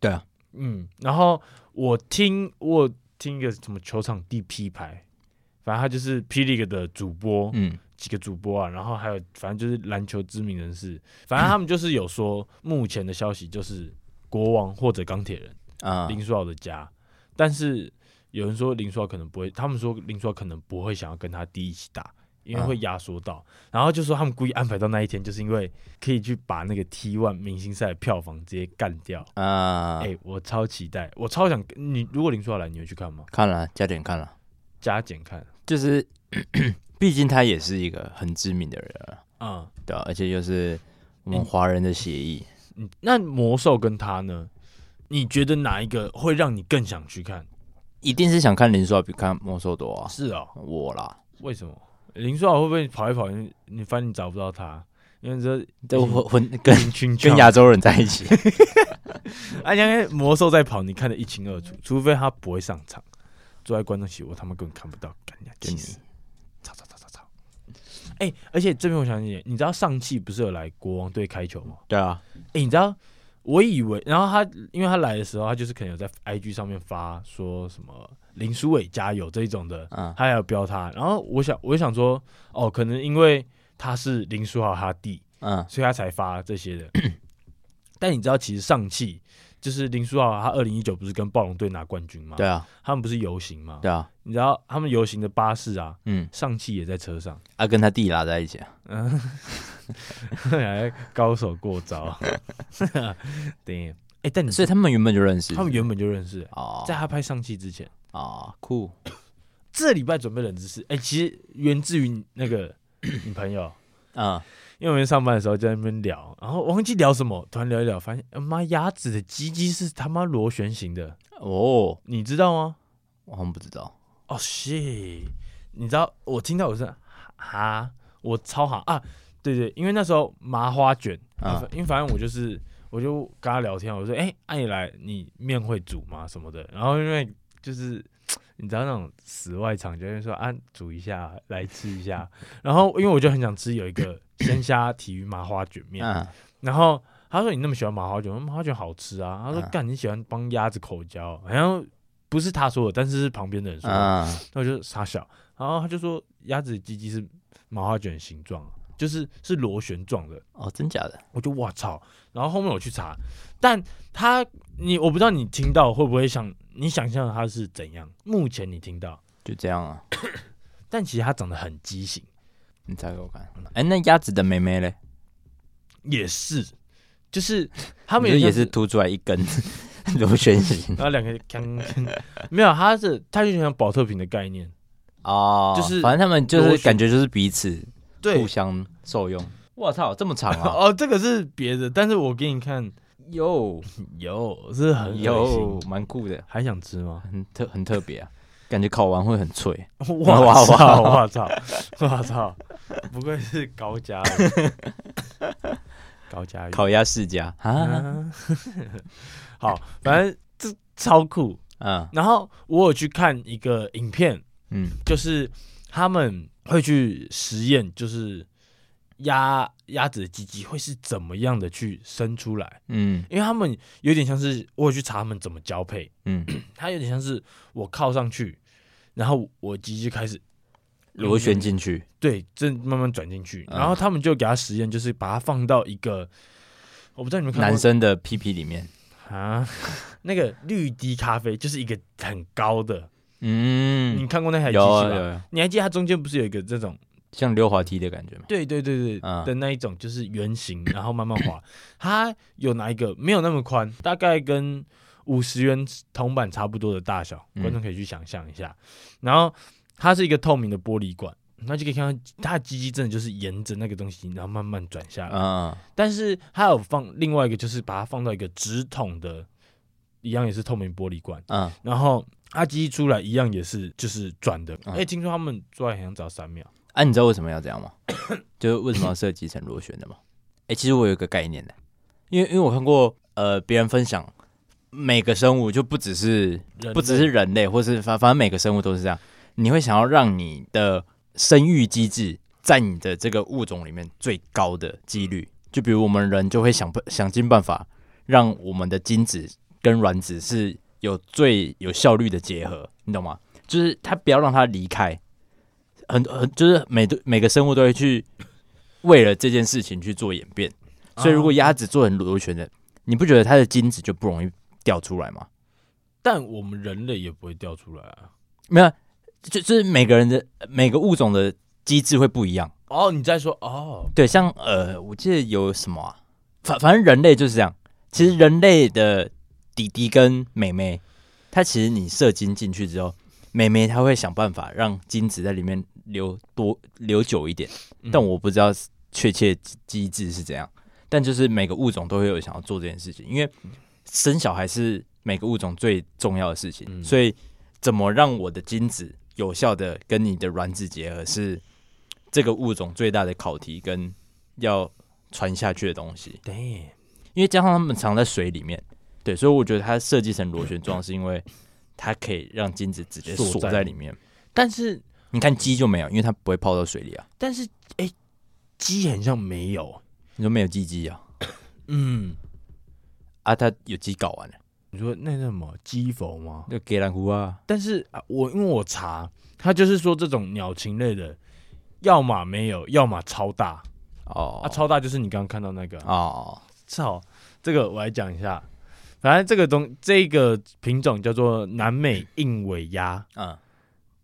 [SPEAKER 2] 对啊，
[SPEAKER 1] 嗯，然后我听我听一个什么球场地 P 牌，反正他就是霹雳的主播，
[SPEAKER 2] 嗯
[SPEAKER 1] 几个主播啊，然后还有反正就是篮球知名人士，反正他们就是有说，目前的消息就是国王或者钢铁人
[SPEAKER 2] 啊，
[SPEAKER 1] 林书豪的家，但是有人说林书豪可能不会，他们说林书豪可能不会想要跟他弟一起打，因为
[SPEAKER 2] 嗯
[SPEAKER 1] 会压缩到，然后就说他们故意安排到那一天，就是因为可以去把那个 T One 明星赛的票房直接干掉。
[SPEAKER 2] 啊
[SPEAKER 1] 哎、，我超期待，我超想你。如果林书豪来，你会去看吗？
[SPEAKER 2] 看了，加点看了。
[SPEAKER 1] 加减看，
[SPEAKER 2] 就是 毕竟他也是一个很知名的人了，
[SPEAKER 1] 嗯，
[SPEAKER 2] 对啊吧、而且又是我们华人的协议，
[SPEAKER 1] 嗯那魔兽跟他呢？你觉得哪一个会让你更想去看？
[SPEAKER 2] 一定是想看林书豪比看魔兽多啊。
[SPEAKER 1] 是哦，
[SPEAKER 2] 我啦，
[SPEAKER 1] 为什么？林书豪会不会跑一跑，你你发现你找不到他？因为这
[SPEAKER 2] 都混 混跟
[SPEAKER 1] 林群
[SPEAKER 2] 跟亚洲人在一起，
[SPEAKER 1] 啊，因为魔兽在跑，你看得一清二楚，除非他不会上场，坐在观众席，我他妈根本看不到，干你娘
[SPEAKER 2] 就
[SPEAKER 1] 气
[SPEAKER 2] 你
[SPEAKER 1] 死！操操操操操！哎、而且这边我想起，你知道上汽不是有来国王队开球吗？
[SPEAKER 2] 对 啊，
[SPEAKER 1] 哎、你知道，我以为，然后他因为他来的时候，他就是可能有在 IG 上面发说什么林书伟加油这一种的，
[SPEAKER 2] 嗯
[SPEAKER 1] 他还有标他。然后我想，我就想说，哦，可能因为他是林书豪他弟，
[SPEAKER 2] 嗯
[SPEAKER 1] 所以他才发这些的。 但你知道，其实上汽就是林书豪，他二零一九不是跟暴龙队拿冠军吗？
[SPEAKER 2] 对，啊，
[SPEAKER 1] 他们不是游行吗？
[SPEAKER 2] 对啊，
[SPEAKER 1] 你知道他们游行的巴士啊，
[SPEAKER 2] 嗯，
[SPEAKER 1] 上汽也在车上，
[SPEAKER 2] 啊跟他弟拉在一起啊，
[SPEAKER 1] 还高手过 招。 对，哎，但你
[SPEAKER 2] 所以他们原本就认识，
[SPEAKER 1] 他们原本就认识，
[SPEAKER 2] 哦
[SPEAKER 1] 在他拍上汽之前，
[SPEAKER 2] 哦酷，
[SPEAKER 1] 这礼拜准备冷知识，哎，其实源自于你那个你朋友。
[SPEAKER 2] 嗯
[SPEAKER 1] 因为我们上班的时候在那边聊，然后忘记聊什么，突然聊一聊，发现呃妈鸭子的鸡鸡是他妈螺旋形的，
[SPEAKER 2] 哦，
[SPEAKER 1] 你知道吗？
[SPEAKER 2] 我好像不知道，
[SPEAKER 1] 哦，shit！你知道我听到我是啊哈，我超哈啊，对对，因为那时候麻花卷，
[SPEAKER 2] 啊
[SPEAKER 1] 因为反正我就是我就跟他聊天，我说哎，爱、你来你面会煮吗什么的，然后因为就是。你知道那种室外场就会说啊，煮一下来吃一下。然后因为我就很想吃有一个鲜虾体育麻花卷面，
[SPEAKER 2] 嗯，
[SPEAKER 1] 然后他说你那么喜欢麻花卷，我说麻花卷好吃啊。他说
[SPEAKER 2] 嗯
[SPEAKER 1] 干你喜欢帮鸭子口交，啊好像不是他说的，但是是旁边的人说的。
[SPEAKER 2] 啊，
[SPEAKER 1] 那我就傻笑，然后他就说鸭子的鸡鸡是麻花卷形状，啊就是是螺旋状的。
[SPEAKER 2] 哦，真假的？
[SPEAKER 1] 我就哇操！然后后面我去查，但他你我不知道你听到会不会想你想象它是怎样？目前你听到，
[SPEAKER 2] 就这样啊，
[SPEAKER 1] 但其实它长得很畸形，
[SPEAKER 2] 你猜给我看。哎，那鸭子的妹妹嘞？
[SPEAKER 1] 也是，就是
[SPEAKER 2] 他
[SPEAKER 1] 他们有
[SPEAKER 2] 也
[SPEAKER 1] 点像
[SPEAKER 2] 是凸出来一根 螺旋形
[SPEAKER 1] 然呃后两个锵锵，没有，它是它就像保特瓶的概念，
[SPEAKER 2] 哦，
[SPEAKER 1] 就是
[SPEAKER 2] 反正他们就
[SPEAKER 1] 螺
[SPEAKER 2] 是
[SPEAKER 1] 旋
[SPEAKER 2] 感觉就是彼此互
[SPEAKER 1] 对，
[SPEAKER 2] 相受用。我操，这么长 啊！
[SPEAKER 1] 哦，这个是别的，但是我给你看，
[SPEAKER 2] 有
[SPEAKER 1] 有是很恶
[SPEAKER 2] 有
[SPEAKER 1] 心，，
[SPEAKER 2] 蛮酷的，
[SPEAKER 1] 还想吃吗？
[SPEAKER 2] 很特很特别啊，感觉烤完会很脆。
[SPEAKER 1] 哇
[SPEAKER 2] 哇
[SPEAKER 1] 哇
[SPEAKER 2] 哇
[SPEAKER 1] 哇操， 哇操，不愧是高家 人，高家人
[SPEAKER 2] 烤鸭世家啊，
[SPEAKER 1] 啊， 好，反正这超酷。
[SPEAKER 2] 嗯
[SPEAKER 1] 然后我有去看一个影片，
[SPEAKER 2] 嗯
[SPEAKER 1] 就是他们会去实验，就是鸭鸭子的鸡鸡会是怎么样的去生出来，
[SPEAKER 2] 嗯
[SPEAKER 1] 因为他们有点像是我有去查他们怎么交配，
[SPEAKER 2] 嗯，
[SPEAKER 1] 它有点像是我靠上去，然后我鸡鸡开始
[SPEAKER 2] 螺旋进去，
[SPEAKER 1] 对，正慢慢转进去，
[SPEAKER 2] 嗯
[SPEAKER 1] 然后他们就给他实验，就是把它放到一个我不知道你们看过
[SPEAKER 2] 男生的屁屁里面。
[SPEAKER 1] 啊， 那个绿滴咖啡就是一个很高的，你
[SPEAKER 2] 嗯，
[SPEAKER 1] 看过那台机
[SPEAKER 2] 有
[SPEAKER 1] 器
[SPEAKER 2] 啊有
[SPEAKER 1] 吧？
[SPEAKER 2] 啊，
[SPEAKER 1] 你还记得它中间不是有一个这种？
[SPEAKER 2] 像溜滑梯的感觉吗？
[SPEAKER 1] 对对对对、
[SPEAKER 2] 嗯
[SPEAKER 1] 的那一种，就是圆形，然后慢慢 滑。它有哪一个没有那么宽，大概跟五十元铜板差不多的大小，
[SPEAKER 2] 嗯
[SPEAKER 1] 观众可以去想象一下。然后它是一个透明的玻璃管，那就可以看到它的鸡鸡真的就是沿着那个东西，然后慢慢转下来。
[SPEAKER 2] 嗯，
[SPEAKER 1] 但是它有放另外一个，就是把它放到一个直筒的，一样也是透明玻璃管，
[SPEAKER 2] 嗯，
[SPEAKER 1] 然后。它鸡鸡出来一样也是，就是转的。哎、
[SPEAKER 2] 嗯
[SPEAKER 1] 听说他们做爱好像只要三秒。
[SPEAKER 2] 啊，你知道为什么要这样吗？ 就是为什么要设计成螺旋的吗？哎、其实我有一个概念的，因为因为我看过呃别人分享，每个生物就不只是
[SPEAKER 1] 人
[SPEAKER 2] 不只
[SPEAKER 1] 类
[SPEAKER 2] 是人类，或是反反正每个生物都是这样，你会想要让你的生育机制在你的这个物种里面最高的几率，就比如我们人就会想办想尽办法让我们的精子跟卵子是有最有效率的结合，你懂吗？就是它不要让它离开，很很就是每对每个生物都会去为了这件事情去做演变，所以如果鸭子做成螺旋的，你不觉得它的精子就不容易掉出来吗？
[SPEAKER 1] 但我们人类也不会掉出来啊。
[SPEAKER 2] 没有，就就是每个人的每个物种的机制会不一样。
[SPEAKER 1] 哦，你在说哦，
[SPEAKER 2] 对，像呃，我记得有什么啊，反反正人类就是这样。其实人类的弟弟跟妹妹，它其实你射精进去之后，妹妹她会想办法让精子在里面留多留久一点，
[SPEAKER 1] 嗯
[SPEAKER 2] 但我不知道确切机机制是怎样。但就是每个物种都会有想要做这件事情，因为生小孩是每个物种最重要的事情，
[SPEAKER 1] 嗯
[SPEAKER 2] 所以怎么让我的精子有效的跟你的卵子结合是这个物种最大的考题跟要传下去的东西。
[SPEAKER 1] 对，
[SPEAKER 2] 因为加上它们藏在水里面，对，所以我觉得它设计成螺旋状是因为它可以让精子直接
[SPEAKER 1] 锁
[SPEAKER 2] 锁
[SPEAKER 1] 在
[SPEAKER 2] 在
[SPEAKER 1] 里
[SPEAKER 2] 里面。
[SPEAKER 1] 但是
[SPEAKER 2] 嗯你看鸡就没有，因为它不会泡到水里啊。
[SPEAKER 1] 但是哎，鸡很像没有，
[SPEAKER 2] 你说没有鸡鸡啊？
[SPEAKER 1] 嗯，
[SPEAKER 2] 啊，它有鸡睾丸了，
[SPEAKER 1] 你说那什么鸡佛吗？
[SPEAKER 2] 就给兰湖啊。
[SPEAKER 1] 但是啊我因为我查，他就是说这种鸟禽类的，要么没有，要么超大，
[SPEAKER 2] 哦，
[SPEAKER 1] 啊，超大就是你刚刚看到那个，啊
[SPEAKER 2] 哦，
[SPEAKER 1] 操，这个我来讲一下。反正这个东这个品种叫做南美硬尾鸭，
[SPEAKER 2] 嗯，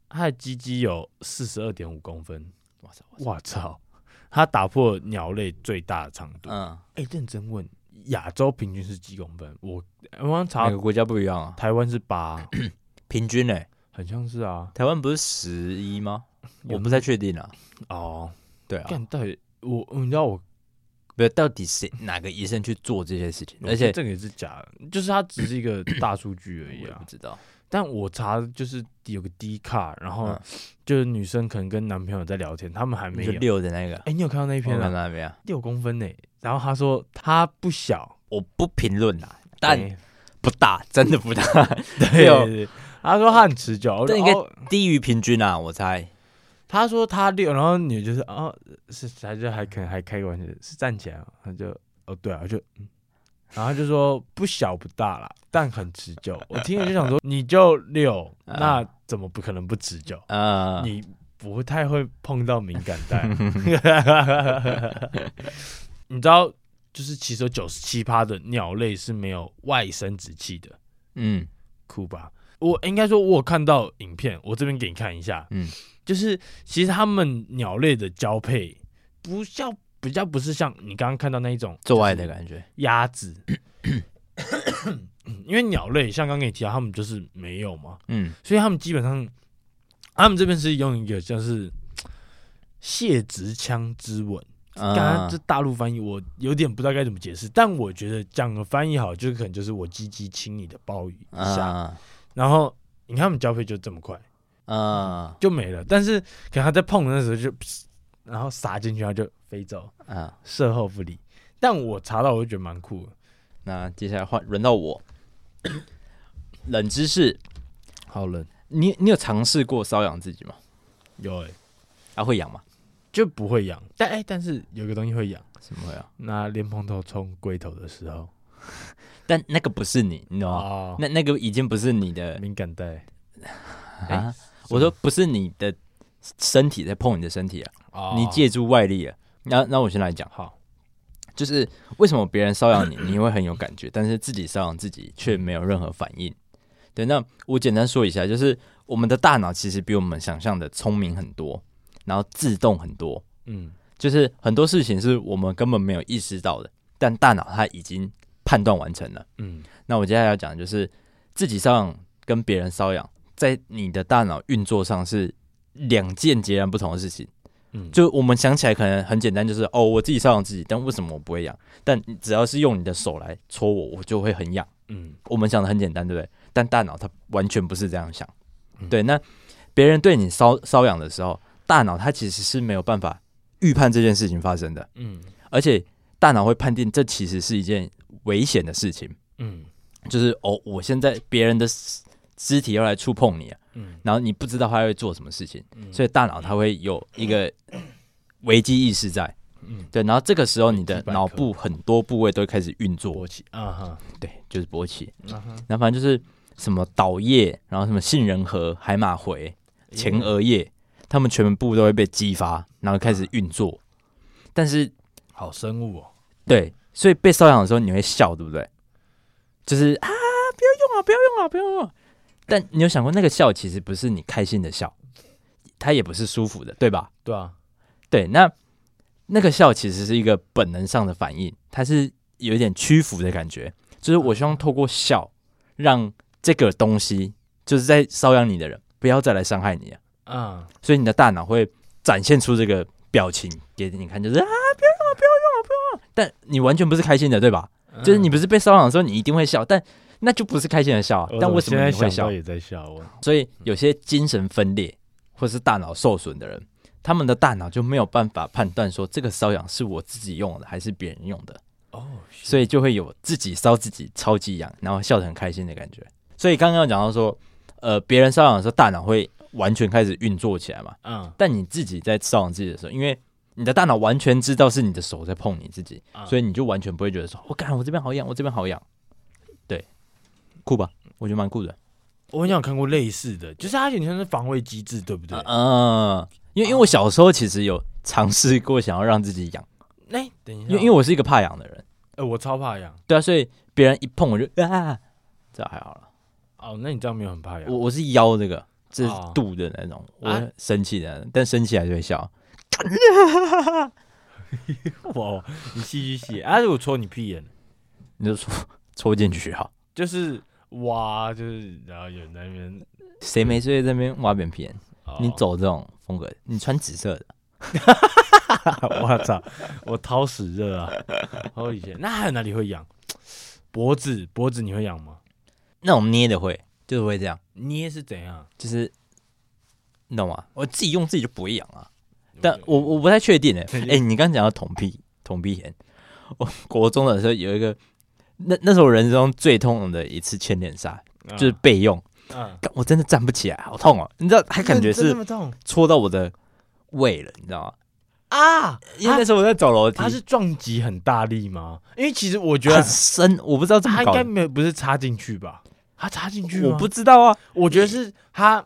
[SPEAKER 1] 它的鸡鸡有四十二点五公分，
[SPEAKER 2] 哇塞，哇塞
[SPEAKER 1] 我操！它打破鸟类最大的长度。哎、
[SPEAKER 2] 嗯，
[SPEAKER 1] 认真问，亚洲平均是几公分？我我刚查
[SPEAKER 2] 每个国家不一样啊，
[SPEAKER 1] 台湾是八，
[SPEAKER 2] 平均嘞、
[SPEAKER 1] 很像是啊。
[SPEAKER 2] 台湾不是十一吗？
[SPEAKER 1] 有
[SPEAKER 2] 我不太确定啊。
[SPEAKER 1] 哦，
[SPEAKER 2] 对啊，
[SPEAKER 1] 干到底我你知道我，
[SPEAKER 2] 不是到底谁哪个医生去做这些事情，
[SPEAKER 1] 我
[SPEAKER 2] 而
[SPEAKER 1] 觉得
[SPEAKER 2] 且
[SPEAKER 1] 这个也是假的，就是它只是一个大数据而
[SPEAKER 2] 我
[SPEAKER 1] 已
[SPEAKER 2] 也
[SPEAKER 1] 啊
[SPEAKER 2] 不。知道。
[SPEAKER 1] 但我查就是有个 D 卡，然后
[SPEAKER 2] 嗯
[SPEAKER 1] 就是女生可能跟男朋友在聊天，他们还没
[SPEAKER 2] 你说
[SPEAKER 1] 有。
[SPEAKER 2] 六的那个，
[SPEAKER 1] 哎、你有看到那一
[SPEAKER 2] 我
[SPEAKER 1] 篇
[SPEAKER 2] 看
[SPEAKER 1] 啊？
[SPEAKER 2] 到没有？
[SPEAKER 1] 六公分呢、然后他说他不小，
[SPEAKER 2] 我不评论啦，但
[SPEAKER 1] 对
[SPEAKER 2] 不大， 真的不大，
[SPEAKER 1] 对
[SPEAKER 2] 六
[SPEAKER 1] 对对他说他很持久，然
[SPEAKER 2] 但应该
[SPEAKER 1] 后
[SPEAKER 2] 低于平均啊，我猜。
[SPEAKER 1] 他说他六，然后你就是哦，是他就还可能还开个玩笑，是站起来吗，他就哦对啊，我就嗯，然后他就说不小不大啦，但很持久。我听了就想说，你就六，
[SPEAKER 2] 啊
[SPEAKER 1] 那怎么不可能不持久？
[SPEAKER 2] 呃，
[SPEAKER 1] 你不太会碰到敏感带，你知道，就是其实有九十七趴的鸟类是没有外生殖器的，
[SPEAKER 2] 嗯，
[SPEAKER 1] 酷吧？我应该说，我有看到影片，我这边给你看一下。
[SPEAKER 2] 嗯
[SPEAKER 1] 嗯，就是其实它们鸟类的交配，不像比较不是像你刚刚看到那一种
[SPEAKER 2] 做爱的感觉，
[SPEAKER 1] 鸭子， 因为鸟类像刚刚你提到，它们就是没有嘛，
[SPEAKER 2] 嗯，
[SPEAKER 1] 所以他们基本上，他们这边是用一个像是泄殖腔之吻。
[SPEAKER 2] 刚
[SPEAKER 1] 刚
[SPEAKER 2] 啊
[SPEAKER 1] 刚这大陆翻译我有点不知道该怎么解释，但我觉得讲个翻译好，就是可能就是我鸡鸡亲你的鲍鱼一下，
[SPEAKER 2] 啊
[SPEAKER 1] 然后你看他们交配就这么快
[SPEAKER 2] 啊
[SPEAKER 1] 就没了，但是可能他在碰的时候就噗，然后撒进去，它就飞走，
[SPEAKER 2] 啊！
[SPEAKER 1] 售后不理。但我查到我就觉得蛮酷的，
[SPEAKER 2] 那接下来换轮到我， 冷知识，
[SPEAKER 1] 好冷，
[SPEAKER 2] 你你有尝试过瘙痒自己吗？
[SPEAKER 1] 有哎、
[SPEAKER 2] 啊，会痒吗？
[SPEAKER 1] 就不会痒，但哎、但是有个东西会啊痒，
[SPEAKER 2] 什么会痒？
[SPEAKER 1] 拿莲蓬头冲龟头的时候
[SPEAKER 2] 但那个不是你，你懂吗？
[SPEAKER 1] 哦，
[SPEAKER 2] 那那个已经不是你的
[SPEAKER 1] 敏感带
[SPEAKER 2] 啊！我说不是你的身体在碰你的身体啊，
[SPEAKER 1] 哦嗯
[SPEAKER 2] 你借助外力啊。那那我先来讲，
[SPEAKER 1] 好，
[SPEAKER 2] 就是为什么别人瘙痒你， 你会很有感觉，但是自己瘙痒自己却没有任何反应。对，那我简单说一下，就是我们的大脑其实比我们想象的聪明很多，然后自动很多，
[SPEAKER 1] 嗯
[SPEAKER 2] 就是很多事情是我们根本没有意识到的，但大脑它已经判断完成了。
[SPEAKER 1] 嗯
[SPEAKER 2] 那我接下来要讲的就是自己瘙痒跟别人瘙痒，在你的大脑运作上是两件截然不同的事情。
[SPEAKER 1] 嗯，
[SPEAKER 2] 就我们想起来可能很简单，就是哦，我自己瘙痒自己，但为什么我不会痒？但你只要是用你的手来戳我，我就会很痒。
[SPEAKER 1] 嗯
[SPEAKER 2] 我们想的很简单，对不对？但大脑它完全不是这样想。
[SPEAKER 1] 嗯
[SPEAKER 2] 对，那别人对你瘙瘙痒的时候，大脑它其实是没有办法预判这件事情发生的，
[SPEAKER 1] 嗯
[SPEAKER 2] 而且大脑会判定这其实是一件危险的事情，
[SPEAKER 1] 嗯
[SPEAKER 2] 就是哦，我现在别人的肢肢体要来触碰你了，啊
[SPEAKER 1] 嗯
[SPEAKER 2] 然后你不知道他会做什么事情，
[SPEAKER 1] 嗯，
[SPEAKER 2] 所以大脑它会有一个危机意识在。
[SPEAKER 1] 嗯
[SPEAKER 2] 对，然后这个时候你的
[SPEAKER 1] 基本
[SPEAKER 2] 脑
[SPEAKER 1] 可
[SPEAKER 2] 部很多部位都会开始运作，
[SPEAKER 1] 勃起啊哈
[SPEAKER 2] 对，就是勃起。
[SPEAKER 1] 啊哈，
[SPEAKER 2] 然后反正就是什么岛叶，然后什么杏仁核、海马回、
[SPEAKER 1] 哎
[SPEAKER 2] 前额叶，它们全部都会被激发，然后开始运作。但是
[SPEAKER 1] 好生物哦，
[SPEAKER 2] 对，所以被瘙痒的时候你会笑，对不对？就是啊，不要用啊，不要用啊，不要用啊。但你有想过，那个笑其实不是你开心的笑，它也不是舒服的，对吧？
[SPEAKER 1] 对啊，
[SPEAKER 2] 对，那那个笑其实是一个本能上的反应，它是有一点屈服的感觉，就是我希望透过笑让这个东西，就是在瘙痒你的人不要再来伤害你了，
[SPEAKER 1] 啊
[SPEAKER 2] 所以你的大脑会展现出这个表情给你看，就是啊，不要用啊，不要用啊，不要用啊，但你完全不是开心的，对吧？
[SPEAKER 1] 嗯
[SPEAKER 2] 就是你不是被瘙痒的时候，你一定会笑，但那就不是开心的笑啊、
[SPEAKER 1] 我
[SPEAKER 2] 但
[SPEAKER 1] 我
[SPEAKER 2] 为什
[SPEAKER 1] 现
[SPEAKER 2] 么
[SPEAKER 1] 在
[SPEAKER 2] 你会
[SPEAKER 1] 想
[SPEAKER 2] 笑
[SPEAKER 1] 到？也在笑哦我？
[SPEAKER 2] 所以有些精神分裂或是大脑受损的人，他们的大脑就没有办法判断说这个瘙痒是我自己用的还是别人用的，
[SPEAKER 1] 哦，
[SPEAKER 2] 所以就会有自己搔自己超级痒，然后笑得很开心的感觉。所以刚刚有讲到说，呃，别人瘙痒的时候，大脑会完全开始运作起来嘛，
[SPEAKER 1] 嗯，
[SPEAKER 2] 但你自己在瘙痒自己的时候，因为你的大脑完全知道是你的手在碰你自己，所
[SPEAKER 1] 以
[SPEAKER 2] 以你就完全不会觉得说，我、干，我这边好痒，我这边好痒，对，酷吧？我觉得蛮酷的。
[SPEAKER 1] 我好像有看过类似的，就是它有点像是防卫机制，对不对？
[SPEAKER 2] 嗯，因为因为我小时候其实有尝试过想要让自己痒，
[SPEAKER 1] 哎，等一下，
[SPEAKER 2] 因为因为我是一个怕痒的人，
[SPEAKER 1] 哎，我超怕痒
[SPEAKER 2] 对啊，所以别人一碰我就啊，这还好了。
[SPEAKER 1] 哦，那你这样没有很怕痒
[SPEAKER 2] 我？我是腰这个，这是
[SPEAKER 1] 哦
[SPEAKER 2] 肚的那种，我
[SPEAKER 1] 啊
[SPEAKER 2] 会生气的那种，但生气还是会笑。
[SPEAKER 1] 我，你吸吸吸，啊，如果戳你屁眼，
[SPEAKER 2] 你就戳戳进去哈，
[SPEAKER 1] 就是哇，就是然后有男人，
[SPEAKER 2] 谁没睡在那边挖扁皮眼？
[SPEAKER 1] 哦
[SPEAKER 2] 你走这种风格，你穿紫色的，
[SPEAKER 1] 我操，我掏屎热啊！我以前那还有哪里会痒？脖子，脖子你会痒吗？
[SPEAKER 2] 那种捏的会，就是会这样，
[SPEAKER 1] 捏是怎样？
[SPEAKER 2] 就是你懂吗？我自己用自己就不会痒啊，但我我不太确定 哎、欸，哎、你刚刚讲到捅屁捅屁炎，我国中的时候有一个，那那时候人生中最痛的一次前脸杀，
[SPEAKER 1] 嗯
[SPEAKER 2] 就是备用，
[SPEAKER 1] 嗯，
[SPEAKER 2] 干我真的站不起来，好痛哦、你知道，他感觉
[SPEAKER 1] 真的
[SPEAKER 2] 是
[SPEAKER 1] 那么痛
[SPEAKER 2] 戳到我的胃了，你知道吗？
[SPEAKER 1] 啊？
[SPEAKER 2] 因为那时候我在走楼梯，
[SPEAKER 1] 他是撞击很大力吗？因为其实我觉
[SPEAKER 2] 很
[SPEAKER 1] 得
[SPEAKER 2] 深，我不知道怎
[SPEAKER 1] 他
[SPEAKER 2] 么
[SPEAKER 1] 应
[SPEAKER 2] 搞
[SPEAKER 1] 该
[SPEAKER 2] 的，
[SPEAKER 1] 没有，不是插进去吧？他插进去吗
[SPEAKER 2] 我不，知道啊。
[SPEAKER 1] 我觉得是他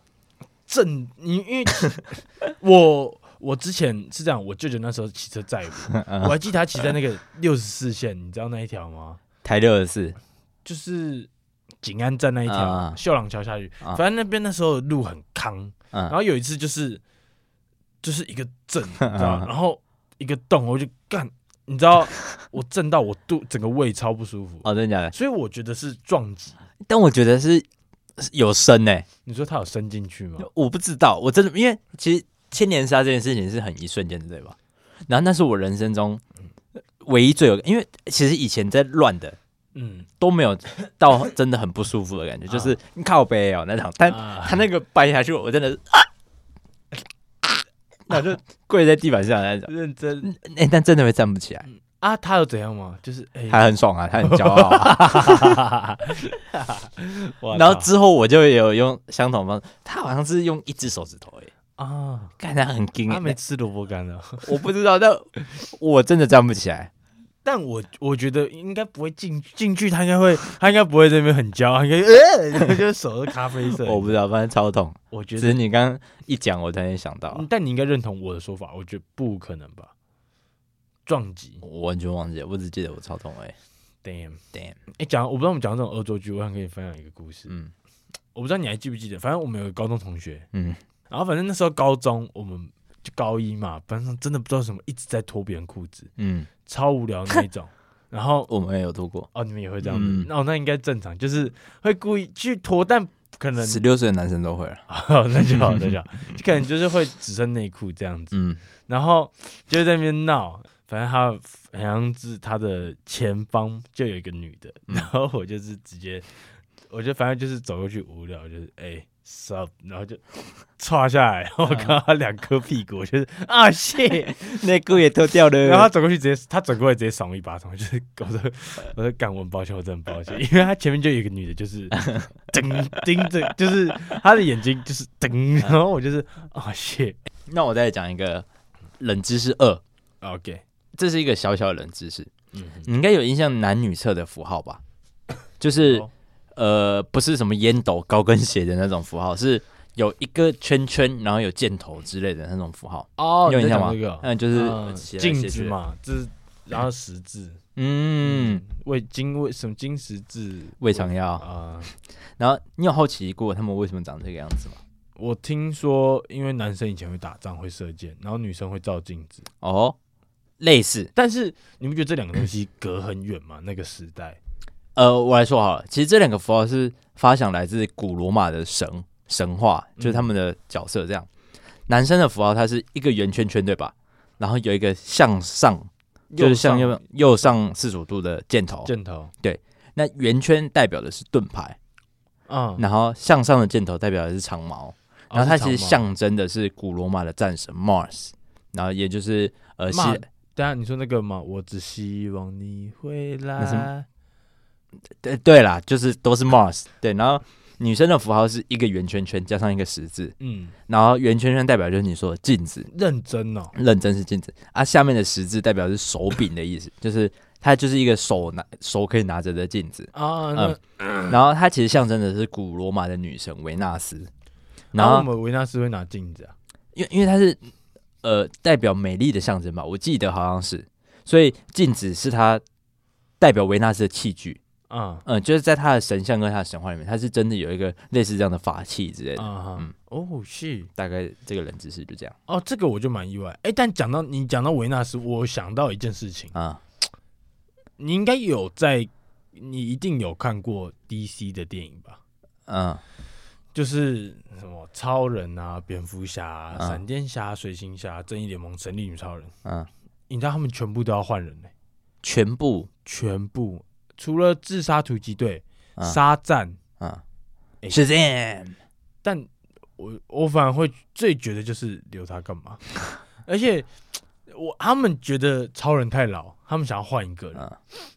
[SPEAKER 1] 震你，因为 我我之前是这样，我舅舅那时候骑车载 我，
[SPEAKER 2] 嗯
[SPEAKER 1] 我还记得他骑在那个六十四线，你知道那一条吗？
[SPEAKER 2] 台六的是
[SPEAKER 1] 就是景安站那一条
[SPEAKER 2] 啊
[SPEAKER 1] 秀朗桥下去，
[SPEAKER 2] 啊
[SPEAKER 1] 反正那边那时候路很康，然
[SPEAKER 2] 嗯，
[SPEAKER 1] 后有一次就是就是一个震，你知
[SPEAKER 2] 啊
[SPEAKER 1] 道吗，然后一个洞，我就干，你知道 我震到我肚整个胃超不舒服，
[SPEAKER 2] 哦，真的假的？
[SPEAKER 1] 所以我觉得是撞击。
[SPEAKER 2] 但我觉得是是有深呢、
[SPEAKER 1] 你说他有伸进去吗？
[SPEAKER 2] 我不知道，我真的因为其实千年杀这件事情是很一瞬间的，对吧？然后那是我人生中唯一最有，因为其实以前在乱的
[SPEAKER 1] 嗯，
[SPEAKER 2] 都没有到真的很不舒服的感觉，就是你靠背哦那场，但
[SPEAKER 1] 啊
[SPEAKER 2] 他那个掰下去，我真的是啊， 那就跪在地板上那种。
[SPEAKER 1] 认真
[SPEAKER 2] 哎、但真的会站不起来，
[SPEAKER 1] 嗯啊，他有怎样吗？就是哎，
[SPEAKER 2] 他很爽啊，他很骄 傲、啊。
[SPEAKER 1] 哇
[SPEAKER 2] 然
[SPEAKER 1] 操
[SPEAKER 2] 后之后我就有用相同方式，他好像是用一只手指头、欸，哎，
[SPEAKER 1] 啊，
[SPEAKER 2] 看他很硬、
[SPEAKER 1] 他没
[SPEAKER 2] 欸，
[SPEAKER 1] 吃萝卜干啊的，
[SPEAKER 2] 我不知道，但我真的站不起来。
[SPEAKER 1] 但我我觉得应该不会进进去，他应该会，他应该不会在那边很骄傲，应该呃， 就是手是咖啡色。
[SPEAKER 2] 我不知道，反正超痛。
[SPEAKER 1] 我觉
[SPEAKER 2] 只
[SPEAKER 1] 得嗯
[SPEAKER 2] 是，你刚刚一讲，我突然想到，
[SPEAKER 1] 但你应该认同我的说法，我觉得不可能吧？撞击
[SPEAKER 2] 我完全忘记了，我只记得我超痛哎、
[SPEAKER 1] ，damn
[SPEAKER 2] Damn
[SPEAKER 1] 哎，讲我不知道我们讲到这种恶作剧，我想跟你分享一个故事。
[SPEAKER 2] 嗯
[SPEAKER 1] 我不知道你还记不记得，反正我们有个高中同学，
[SPEAKER 2] 嗯，
[SPEAKER 1] 然后反正那时候高中我们就高一嘛，班上真的不知道什么一直在脱别人裤子，
[SPEAKER 2] 嗯，
[SPEAKER 1] 超无聊那一种。然后
[SPEAKER 2] 我们也有度过。
[SPEAKER 1] 哦，你们也会这样子
[SPEAKER 2] 嗯，
[SPEAKER 1] 那、哦那应该正常，就是会故意去脱，但可能
[SPEAKER 2] 十六岁的男生都会了，
[SPEAKER 1] 好， 那就好，那就好，就可能就是会只剩内裤这样子，
[SPEAKER 2] 嗯
[SPEAKER 1] 然后就在那边闹。反正他好像是他的前方就有一个女的，
[SPEAKER 2] 嗯
[SPEAKER 1] 然后我就是直接，我就反正就是走过去无聊，就是哎 sup，然后就歘下来，然后我看到他两颗屁股，我就是啊谢，
[SPEAKER 2] 内裤也脱掉了，
[SPEAKER 1] 然后他走过去直接，他转过来直接赏我一巴掌，就是我 说我说干，我很抱歉，我真的很抱歉，因为他前面就有一个女的，就是盯盯着，就是她的眼睛就是盯，然后我就是啊谢
[SPEAKER 2] 那我再讲一个冷知识二，
[SPEAKER 1] ，OK，
[SPEAKER 2] 这是一个小小的冷知识，
[SPEAKER 1] 嗯哼，
[SPEAKER 2] 你应该有印象男女厕的符号吧？就是、
[SPEAKER 1] 哦
[SPEAKER 2] 呃，不是什么烟斗、高跟鞋的那种符号，是有一个圈圈，然后有箭头之类的那种符号，
[SPEAKER 1] 哦
[SPEAKER 2] 你有印象吗
[SPEAKER 1] 这？个
[SPEAKER 2] 嗯，就是斜来
[SPEAKER 1] 镜
[SPEAKER 2] 斜
[SPEAKER 1] 子
[SPEAKER 2] 去，
[SPEAKER 1] 嘛，这是然后十字，
[SPEAKER 2] 嗯，，
[SPEAKER 1] 胃经胃什么经十字
[SPEAKER 2] 胃肠药。
[SPEAKER 1] 啊，
[SPEAKER 2] 然后你有好奇过他们为什么长这个样子吗？
[SPEAKER 1] 我听说因为男生以前会打仗会射箭，然后女生会照镜子，
[SPEAKER 2] 哦，类似，
[SPEAKER 1] 但是你不觉得这两个东西隔很远吗？那个时代。
[SPEAKER 2] 呃，我来说好了，其实这两个符号是发想来自古罗马的神神话，就是他们的角色这样。男生的符号它是一个圆圈圈，对吧？然后有一个向上，就是向右右上四十五度的箭头。
[SPEAKER 1] 箭头，
[SPEAKER 2] 那圆圈代表的是盾牌，
[SPEAKER 1] 嗯，哦
[SPEAKER 2] 然后向上的箭头代表的是长矛，然后它其实
[SPEAKER 1] 像，
[SPEAKER 2] 象征的哦是古罗马的战神 Mars，然后也就是呃希
[SPEAKER 1] Mars 等一下你说那个嘛，我只希望你回
[SPEAKER 2] 那什
[SPEAKER 1] 来，
[SPEAKER 2] 对对啦，就是都是 Mars 对，然后女生的符号是一个圆圈圈加上一个十字，
[SPEAKER 1] 嗯，
[SPEAKER 2] 然后圆圈圈代表就是你说的镜子，
[SPEAKER 1] 认真哦，
[SPEAKER 2] 认真是镜子啊，下面的十字代表是手柄的意思，就是它就是一个手拿手可以拿着的镜子，
[SPEAKER 1] 啊，那
[SPEAKER 2] 嗯然后它其实象征的是古罗马的女神维纳斯，
[SPEAKER 1] 然
[SPEAKER 2] 然
[SPEAKER 1] 后我
[SPEAKER 2] 后
[SPEAKER 1] 们维纳斯会拿镜子啊，
[SPEAKER 2] 因为因为它是呃代表美丽的象征吧，我记得好像是，所以镜子是它代表维纳斯的器具，
[SPEAKER 1] 啊
[SPEAKER 2] 嗯、就是在它的神像跟它的神话里面，它是真的有一个类似这样的法器之类的，
[SPEAKER 1] 啊
[SPEAKER 2] 嗯，
[SPEAKER 1] 哦是，
[SPEAKER 2] 大概这个冷知识就这样
[SPEAKER 1] 哦，这个我就蛮意外，哎，但讲到你讲到维纳斯，我想到一件事情，
[SPEAKER 2] 啊、
[SPEAKER 1] 你应该有在，你一定有看过 DC 的电影吧？
[SPEAKER 2] 嗯。
[SPEAKER 1] 就是什么超人啊、蝙蝠侠、啊、
[SPEAKER 2] 嗯
[SPEAKER 1] 闪电侠、水行侠、正义联盟、神力女超人，
[SPEAKER 2] 嗯，
[SPEAKER 1] 你知道他们全部都要换人呢、
[SPEAKER 2] 全部
[SPEAKER 1] 全部除了自杀突击队、
[SPEAKER 2] 啊
[SPEAKER 1] 沙赞、
[SPEAKER 2] 啊
[SPEAKER 1] 诶哎
[SPEAKER 2] Shazam，
[SPEAKER 1] 但我我反而会最觉得就是留他干嘛？而且我他们觉得超人太老，他们想要换一个人，
[SPEAKER 2] 嗯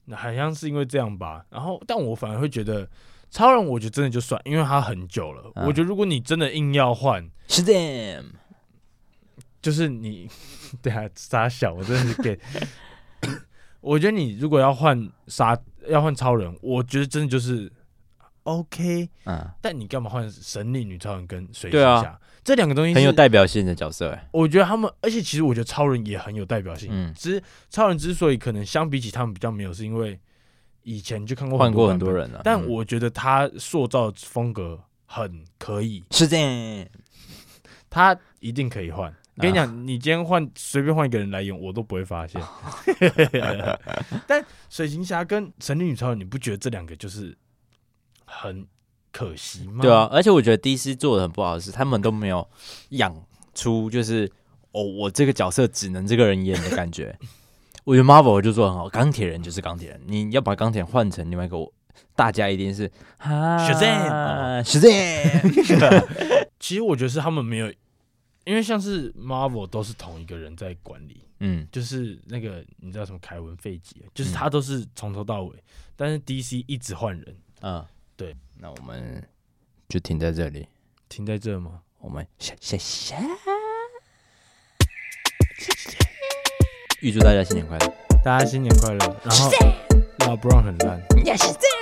[SPEAKER 1] 那好像是因为这样吧。然后，但我反而会觉得超人，我觉得真的就算，因为他很久了。
[SPEAKER 2] 嗯
[SPEAKER 1] 我觉得如果你真的硬要换，
[SPEAKER 2] ，Shazam，
[SPEAKER 1] 就是你 对啊，傻小，我真的是 gay。我觉得你如果要换杀要换超人，我觉得真的就是 OK。
[SPEAKER 2] 嗯，
[SPEAKER 1] 但你干嘛换神力女超人跟水行
[SPEAKER 2] 对啊
[SPEAKER 1] 侠、这两个东西
[SPEAKER 2] 很有
[SPEAKER 1] 是
[SPEAKER 2] 代表性的角色，哎，
[SPEAKER 1] 我觉得他们，而且其实我觉得超人也很有代表性。
[SPEAKER 2] 嗯，
[SPEAKER 1] 只是超人之所以可能相比起他们比较没有，是因为以前就看过
[SPEAKER 2] 换过
[SPEAKER 1] 很
[SPEAKER 2] 很多
[SPEAKER 1] 版本，
[SPEAKER 2] 人了，
[SPEAKER 1] 但
[SPEAKER 2] 嗯
[SPEAKER 1] 我觉得他塑造风格很可以，
[SPEAKER 2] Shazam，
[SPEAKER 1] 他一定可以换。啊我跟你讲，你今天换随便换一个人来演，我都不会发 现。但水行侠跟神力女超人，你不觉得这两个就是很可惜吗？
[SPEAKER 2] 对啊，，而且我觉得 DC 做的很不好的是，他们都没有养出就是哦，我这个角色只能这个人演的感觉。 我觉得 Marvel 就做得很好，钢铁人就是钢铁人，你要把钢铁人换成另外一个，我大家一定是啊
[SPEAKER 1] Shazam 哦
[SPEAKER 2] Shazam，
[SPEAKER 1] 其实我觉得是他们没有，因为像是 Marvel 都是同一个人在管理，
[SPEAKER 2] 嗯，
[SPEAKER 1] 就是那个你知道什么凯文费吉，啊就是他都是从头到尾，但是 DC 一直换人，
[SPEAKER 2] 嗯，
[SPEAKER 1] 对，
[SPEAKER 2] 那我们就停在这里，
[SPEAKER 1] 停在这吗？
[SPEAKER 2] 我们下下下，预祝大家新年快乐。
[SPEAKER 1] 大家新年快乐！然后老 Brown 很烂。
[SPEAKER 3] Yes, it's there.